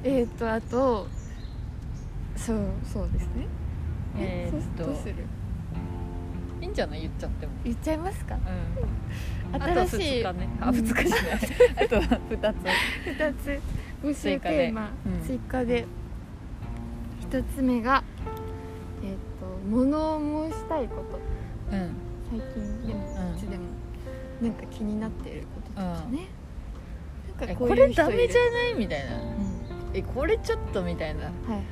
Speaker 1: えっとあとそうそうですね
Speaker 2: えーっ
Speaker 1: そう
Speaker 2: と
Speaker 1: どうする
Speaker 2: いいんじゃない言っちゃっても
Speaker 1: 言っちゃいますか
Speaker 2: うんあ
Speaker 1: 新
Speaker 2: と
Speaker 1: し
Speaker 2: 2
Speaker 1: い
Speaker 2: 日ね
Speaker 1: う
Speaker 2: あ
Speaker 1: ん
Speaker 2: 2日じゃないあと2つ
Speaker 1: 2つ募集
Speaker 2: 追加で
Speaker 1: テー
Speaker 2: う
Speaker 1: マ
Speaker 2: ん
Speaker 1: 追加で,、一1つ目がえっ、と物を申したいこと
Speaker 2: うん
Speaker 1: 最近でも
Speaker 2: うん
Speaker 1: いつでもなんか気になっていることとかね、なん
Speaker 2: え
Speaker 1: か
Speaker 2: こ
Speaker 1: うい
Speaker 2: れ
Speaker 1: う人
Speaker 2: ダ
Speaker 1: いる
Speaker 2: メじゃないみたいな
Speaker 1: うん
Speaker 2: えこれちょっとみたいな
Speaker 1: はいはい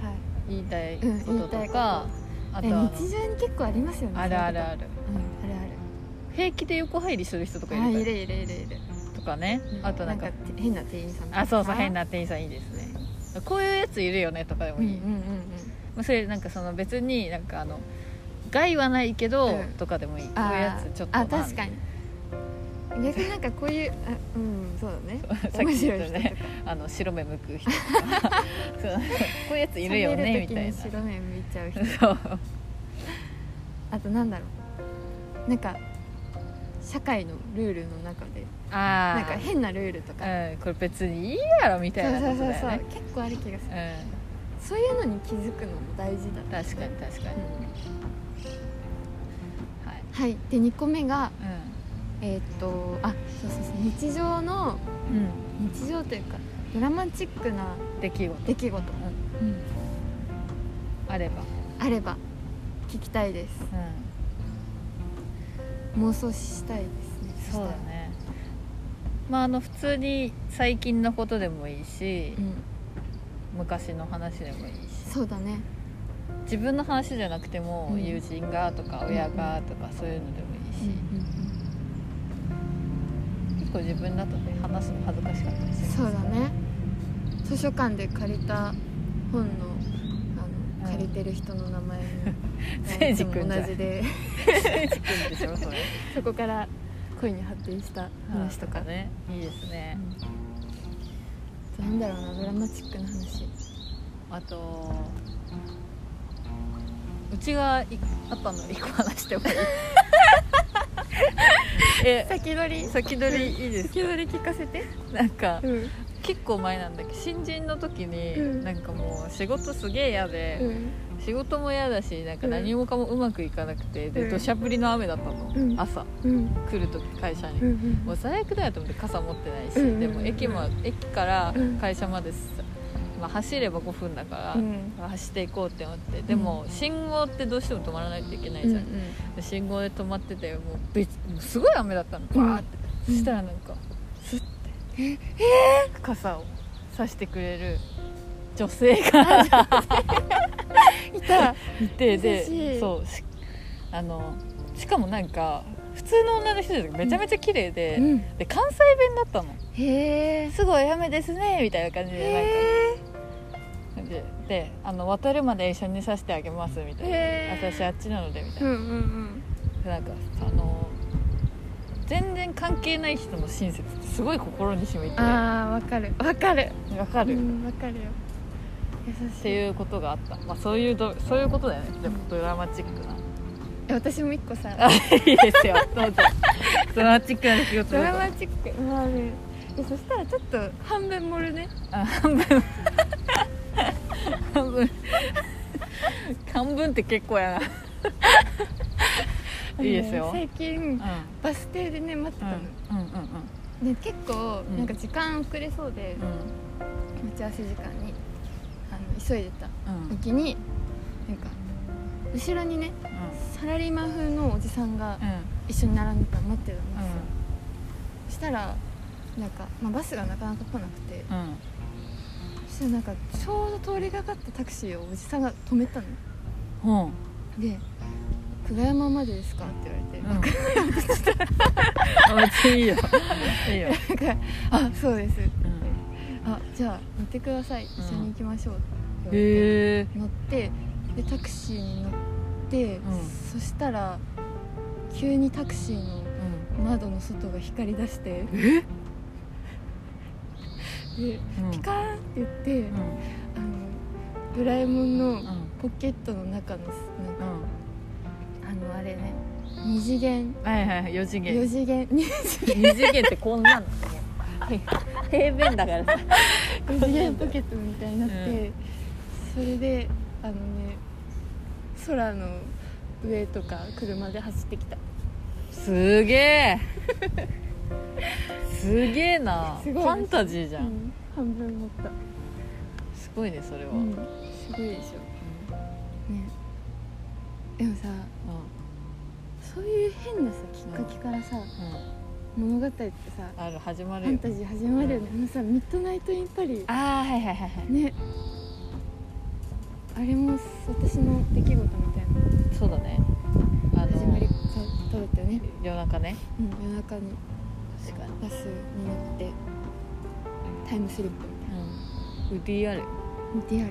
Speaker 2: 言いたい
Speaker 1: うん
Speaker 2: こ
Speaker 1: 言い
Speaker 2: と
Speaker 1: たい
Speaker 2: と
Speaker 1: こ
Speaker 2: か、あ
Speaker 1: え
Speaker 2: とは
Speaker 1: 日常に結構ありますよね
Speaker 2: あるあるあ
Speaker 1: る、
Speaker 2: る
Speaker 1: うん、あるある
Speaker 2: 平気で横入りする人とかい
Speaker 1: あい
Speaker 2: るか
Speaker 1: るいるいるいる
Speaker 2: らとかね、あとなんか
Speaker 1: て変な店員さんとか
Speaker 2: あそうそう変な店員さんいいですねこういうやついるよねとかで
Speaker 1: う
Speaker 2: も
Speaker 1: ん
Speaker 2: い
Speaker 1: うん
Speaker 2: い、
Speaker 1: うん
Speaker 2: まあ、それなんかその別になんかあの害はないけど、
Speaker 1: うん
Speaker 2: とかでもいいこ
Speaker 1: あ
Speaker 2: う
Speaker 1: ー
Speaker 2: いうやつちょっと
Speaker 1: あ
Speaker 2: な
Speaker 1: 確かに逆になんかこういうあうんんそうだね
Speaker 2: [laughs] さっ
Speaker 1: 面
Speaker 2: き
Speaker 1: 白
Speaker 2: 言っ
Speaker 1: い
Speaker 2: た
Speaker 1: 人と
Speaker 2: ね
Speaker 1: か
Speaker 2: あの白目向く人とかそうこういうやついるよねみたいな
Speaker 1: 喋る時に白目向いちゃう人 [laughs]
Speaker 2: そう
Speaker 1: あとなんだろうなんか社会のルールの中で
Speaker 2: あ
Speaker 1: なんか変なルールとか
Speaker 2: うん、これ別にいいやろみたいなことだよね
Speaker 1: そうそうそうそう結構ある気がするそういうのに気づくのも大事だ
Speaker 2: うん、確かに確かに、はい、
Speaker 1: はいで2個目がえーっとあそうそうそう日常の
Speaker 2: うん
Speaker 1: 日常というかドラマチックな
Speaker 2: 出来事
Speaker 1: 出来事、うん
Speaker 2: あれば、
Speaker 1: あれば聞きたいです
Speaker 2: う
Speaker 1: 妄想したいで
Speaker 2: ん、
Speaker 1: すね
Speaker 2: そうだねまああの普通に最近のことでもいいし
Speaker 1: う、ん
Speaker 2: 昔の話でもいいし
Speaker 1: そうだね
Speaker 2: 自分の話じゃなくても、
Speaker 1: うん
Speaker 2: 友人がとか親がとかそういうのでもいいし、結構自分だとね話すの恥ずかしかったりする
Speaker 1: そうだ
Speaker 2: [laughs]
Speaker 1: ね図書館で借りた本のあ
Speaker 2: う
Speaker 1: の
Speaker 2: ん
Speaker 1: 借りてる人の
Speaker 2: [laughs]
Speaker 1: 名前
Speaker 2: せいじ
Speaker 1: も
Speaker 2: くんじゃん
Speaker 1: 同じで
Speaker 2: でしょそれ
Speaker 1: そこから恋に発展した [laughs] 話とかね
Speaker 2: ねいいですね、
Speaker 1: なんだろうなドラマチックな話
Speaker 2: あとうちがいあったの一個話しても
Speaker 1: [laughs]
Speaker 2: いいえ
Speaker 1: 先取り
Speaker 2: 先取りいいです
Speaker 1: 先取り聞かせて
Speaker 2: なんか
Speaker 1: うんうん
Speaker 2: 結構前なんだけど新人の時に、
Speaker 1: うん
Speaker 2: なんかもう仕事すげえ嫌で、仕事も嫌だしなんか何もかもうまくいかなくて
Speaker 1: う
Speaker 2: で
Speaker 1: ん
Speaker 2: 土砂降りの雨だったの、
Speaker 1: うん
Speaker 2: 朝
Speaker 1: うん
Speaker 2: 来る時会社に、
Speaker 1: うん
Speaker 2: もう最悪だよと思って傘持ってないし、
Speaker 1: うん
Speaker 2: でも駅も駅から
Speaker 1: うん
Speaker 2: 会社まで、まあ、走れば5分だから、
Speaker 1: うん
Speaker 2: 走っていこうって思ってでも信号ってどうしても止まらないといけないじゃん、で信号で止まっててもうべもうすごい雨だったのバーって、
Speaker 1: うん
Speaker 2: そしたらなんかスッて「ええー傘をさしてくれる女性が
Speaker 1: いた
Speaker 2: いて
Speaker 1: 優し
Speaker 2: で
Speaker 1: い
Speaker 2: そうしあのしかもなんか普通の女の人じゃなくてめちゃめちゃ綺麗で、
Speaker 1: うん
Speaker 2: で関西弁だったの
Speaker 1: へえ
Speaker 2: 「すごい雨ですね」みたいな感じでなんかでであの渡るまで一緒にさせてあげますみたいな
Speaker 1: へー
Speaker 2: 私あっちなのでみたい
Speaker 1: うん
Speaker 2: な,、
Speaker 1: うん
Speaker 2: なんかあの全然関係ない人の親切ってすごい心に染み
Speaker 1: うん
Speaker 2: てわ
Speaker 1: ああわかるわかる
Speaker 2: かる、
Speaker 1: う
Speaker 2: っ
Speaker 1: んわかるよ優してい
Speaker 2: いうことがあった、まあ、そういうどそういうことだよねでもドラマチックな [laughs]
Speaker 1: え私も一個さ
Speaker 2: あいいですよど [laughs] うぞドラマチックな出来事ど
Speaker 1: ド
Speaker 2: うぞ
Speaker 1: ラマチックまあねえそしたらちょっと半分盛るね
Speaker 2: あ半分半分半分って結構やないいです
Speaker 1: あの
Speaker 2: よ、
Speaker 1: 最近
Speaker 2: うん
Speaker 1: バス停でね待ってたの、
Speaker 2: うんうん
Speaker 1: で結構
Speaker 2: うん
Speaker 1: なんか時間遅れそうで、
Speaker 2: うん
Speaker 1: 待ち合わせ時間にあの急いでた
Speaker 2: うんうん
Speaker 1: 時になんか後ろにねサラリーマン風のおじさんが一緒に並んでたの待ってたんですよ、そしたらなんか、まあ、バスがなかなか来なくて
Speaker 2: うんうん
Speaker 1: そしたらなんかちょうど通りがかったタクシーをおじさんが止めたの
Speaker 2: うんうん
Speaker 1: で「久我山までですか?」って言われて、
Speaker 2: うん別にいいよいいよ、
Speaker 1: なんか「あそうです」
Speaker 2: うん、
Speaker 1: あじゃあ乗ってください一緒に行きましょうって言われて、
Speaker 2: へえ
Speaker 1: 乗ってでタクシーに乗って、
Speaker 2: うん
Speaker 1: そしたら急にタクシーの窓の外が光り出して
Speaker 2: え
Speaker 1: で
Speaker 2: うん
Speaker 1: ピカーンって言って、
Speaker 2: うん
Speaker 1: あのドラえもんの
Speaker 2: うん
Speaker 1: ポケットの中のすなん
Speaker 2: う
Speaker 1: か
Speaker 2: ん
Speaker 1: あのあれね二次元
Speaker 2: はいはい四次
Speaker 1: 四
Speaker 2: 元
Speaker 1: 次
Speaker 2: [laughs]
Speaker 1: 元二
Speaker 2: 二次元ってこんなんだね平面だからさ
Speaker 1: 四次元ポケットみたいになって、それであのね空の上とか車で走ってきた
Speaker 2: すげ [laughs] えすげえな
Speaker 1: す
Speaker 2: フ
Speaker 1: ごい
Speaker 2: ァンタジーじゃん、
Speaker 1: うん半分持った、
Speaker 2: すごいねそれは、
Speaker 1: うん、すごいでしょねでもさ
Speaker 2: う
Speaker 1: そういう変なさきっかけからさ、
Speaker 2: んうん
Speaker 1: 物語ってさ
Speaker 2: ある始ま
Speaker 1: ファ
Speaker 2: る
Speaker 1: ン
Speaker 2: よ
Speaker 1: タジー始まるよねあのさ「ミッドナイト・イン・パリ
Speaker 2: ああはいはいはいは」い
Speaker 1: ねあれも私の出来事みたいな
Speaker 2: そうだねあ
Speaker 1: 始まり
Speaker 2: の
Speaker 1: 方だったよね、
Speaker 2: 夜中ね
Speaker 1: うん、夜中に
Speaker 2: 確かに、
Speaker 1: バスに乗ってタイムスリップ
Speaker 2: うん、ウディアレン
Speaker 1: 見てやれ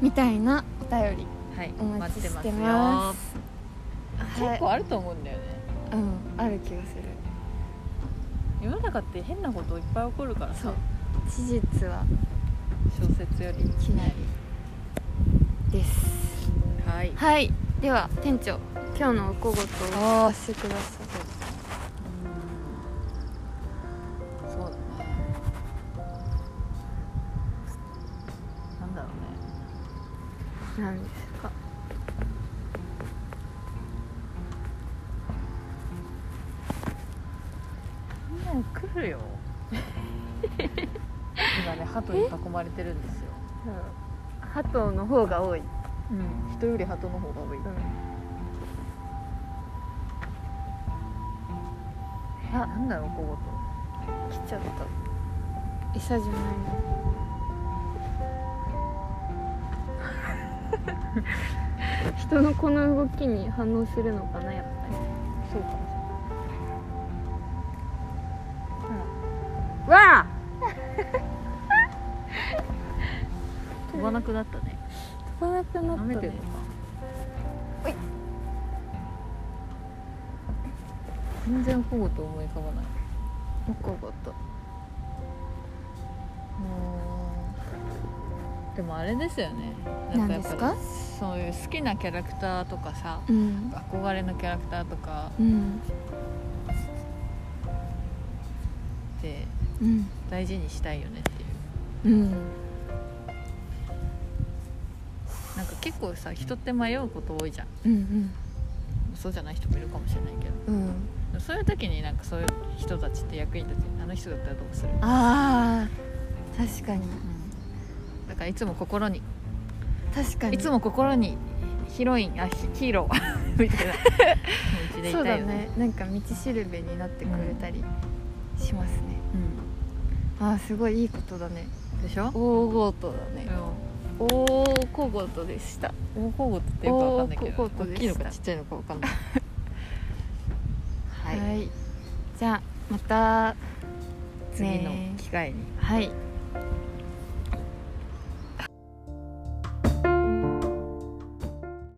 Speaker 1: みたいなお便り
Speaker 2: はい
Speaker 1: お待ちしてます
Speaker 2: 結構あると思うんだよね
Speaker 1: うんある気がする
Speaker 2: 世の中って変なこといっぱい起こるから
Speaker 1: そ
Speaker 2: さ
Speaker 1: う事実は
Speaker 2: 小説より
Speaker 1: きなりです
Speaker 2: はい
Speaker 1: はいでは店長今日のおこごとを
Speaker 3: ああ
Speaker 1: してください
Speaker 2: そうだねなんだろうね
Speaker 1: 何ですか
Speaker 2: みんなに来るよ今ね鳩に囲まれてるんですよ
Speaker 1: [laughs] 鳩の方が多い、
Speaker 2: うん人より鳩の方が多いあなんだろうこごと
Speaker 1: 来ちゃった餌じゃない [laughs] の人のこの動きに反応するのかなやっぱり
Speaker 2: そうかも
Speaker 1: わあ
Speaker 2: しれない [laughs] 飛ばなくなったね
Speaker 1: 飛ばなくな
Speaker 2: 舐め
Speaker 1: った
Speaker 2: てる
Speaker 1: ね
Speaker 2: のか全然こごと思い浮かばない
Speaker 1: おこごと
Speaker 2: うんでもあれですよね
Speaker 1: 何
Speaker 2: や
Speaker 1: で
Speaker 2: っ
Speaker 1: す
Speaker 2: ぱ
Speaker 1: か
Speaker 2: りそういう好きなキャラクターとかさ
Speaker 1: うん
Speaker 2: 憧れのキャラクターとか
Speaker 1: うん
Speaker 2: って
Speaker 1: うん
Speaker 2: 大事にしたいよねっていう
Speaker 1: うん
Speaker 2: なんか結構さ人って迷うこと多いじゃん
Speaker 1: うん
Speaker 2: そうじゃない人もいるかもしれないけど
Speaker 1: うん
Speaker 2: でもそういう時になんかそういう人たちって役に立ちあの人だったらどうする、
Speaker 1: ああ確かに
Speaker 2: だからいつも心に
Speaker 1: 確かに
Speaker 2: いつも心にヒロインあヒヒーローみたいな気持ちでいた
Speaker 1: そうだ
Speaker 2: いよね
Speaker 1: ねなんか道しるべになってくれたりしますね、ああすごいいいことだね
Speaker 2: うん、でしょ
Speaker 1: 大ごとだね大小ごとでした
Speaker 2: 大小ごとってよくわかんないけ
Speaker 1: 大小
Speaker 2: ど
Speaker 1: ごと
Speaker 2: 大
Speaker 1: でした
Speaker 2: きいのかちっちゃいのかわかんないは、
Speaker 1: はいい、じゃあまた
Speaker 2: 次の
Speaker 1: ね
Speaker 2: 機会に
Speaker 1: はい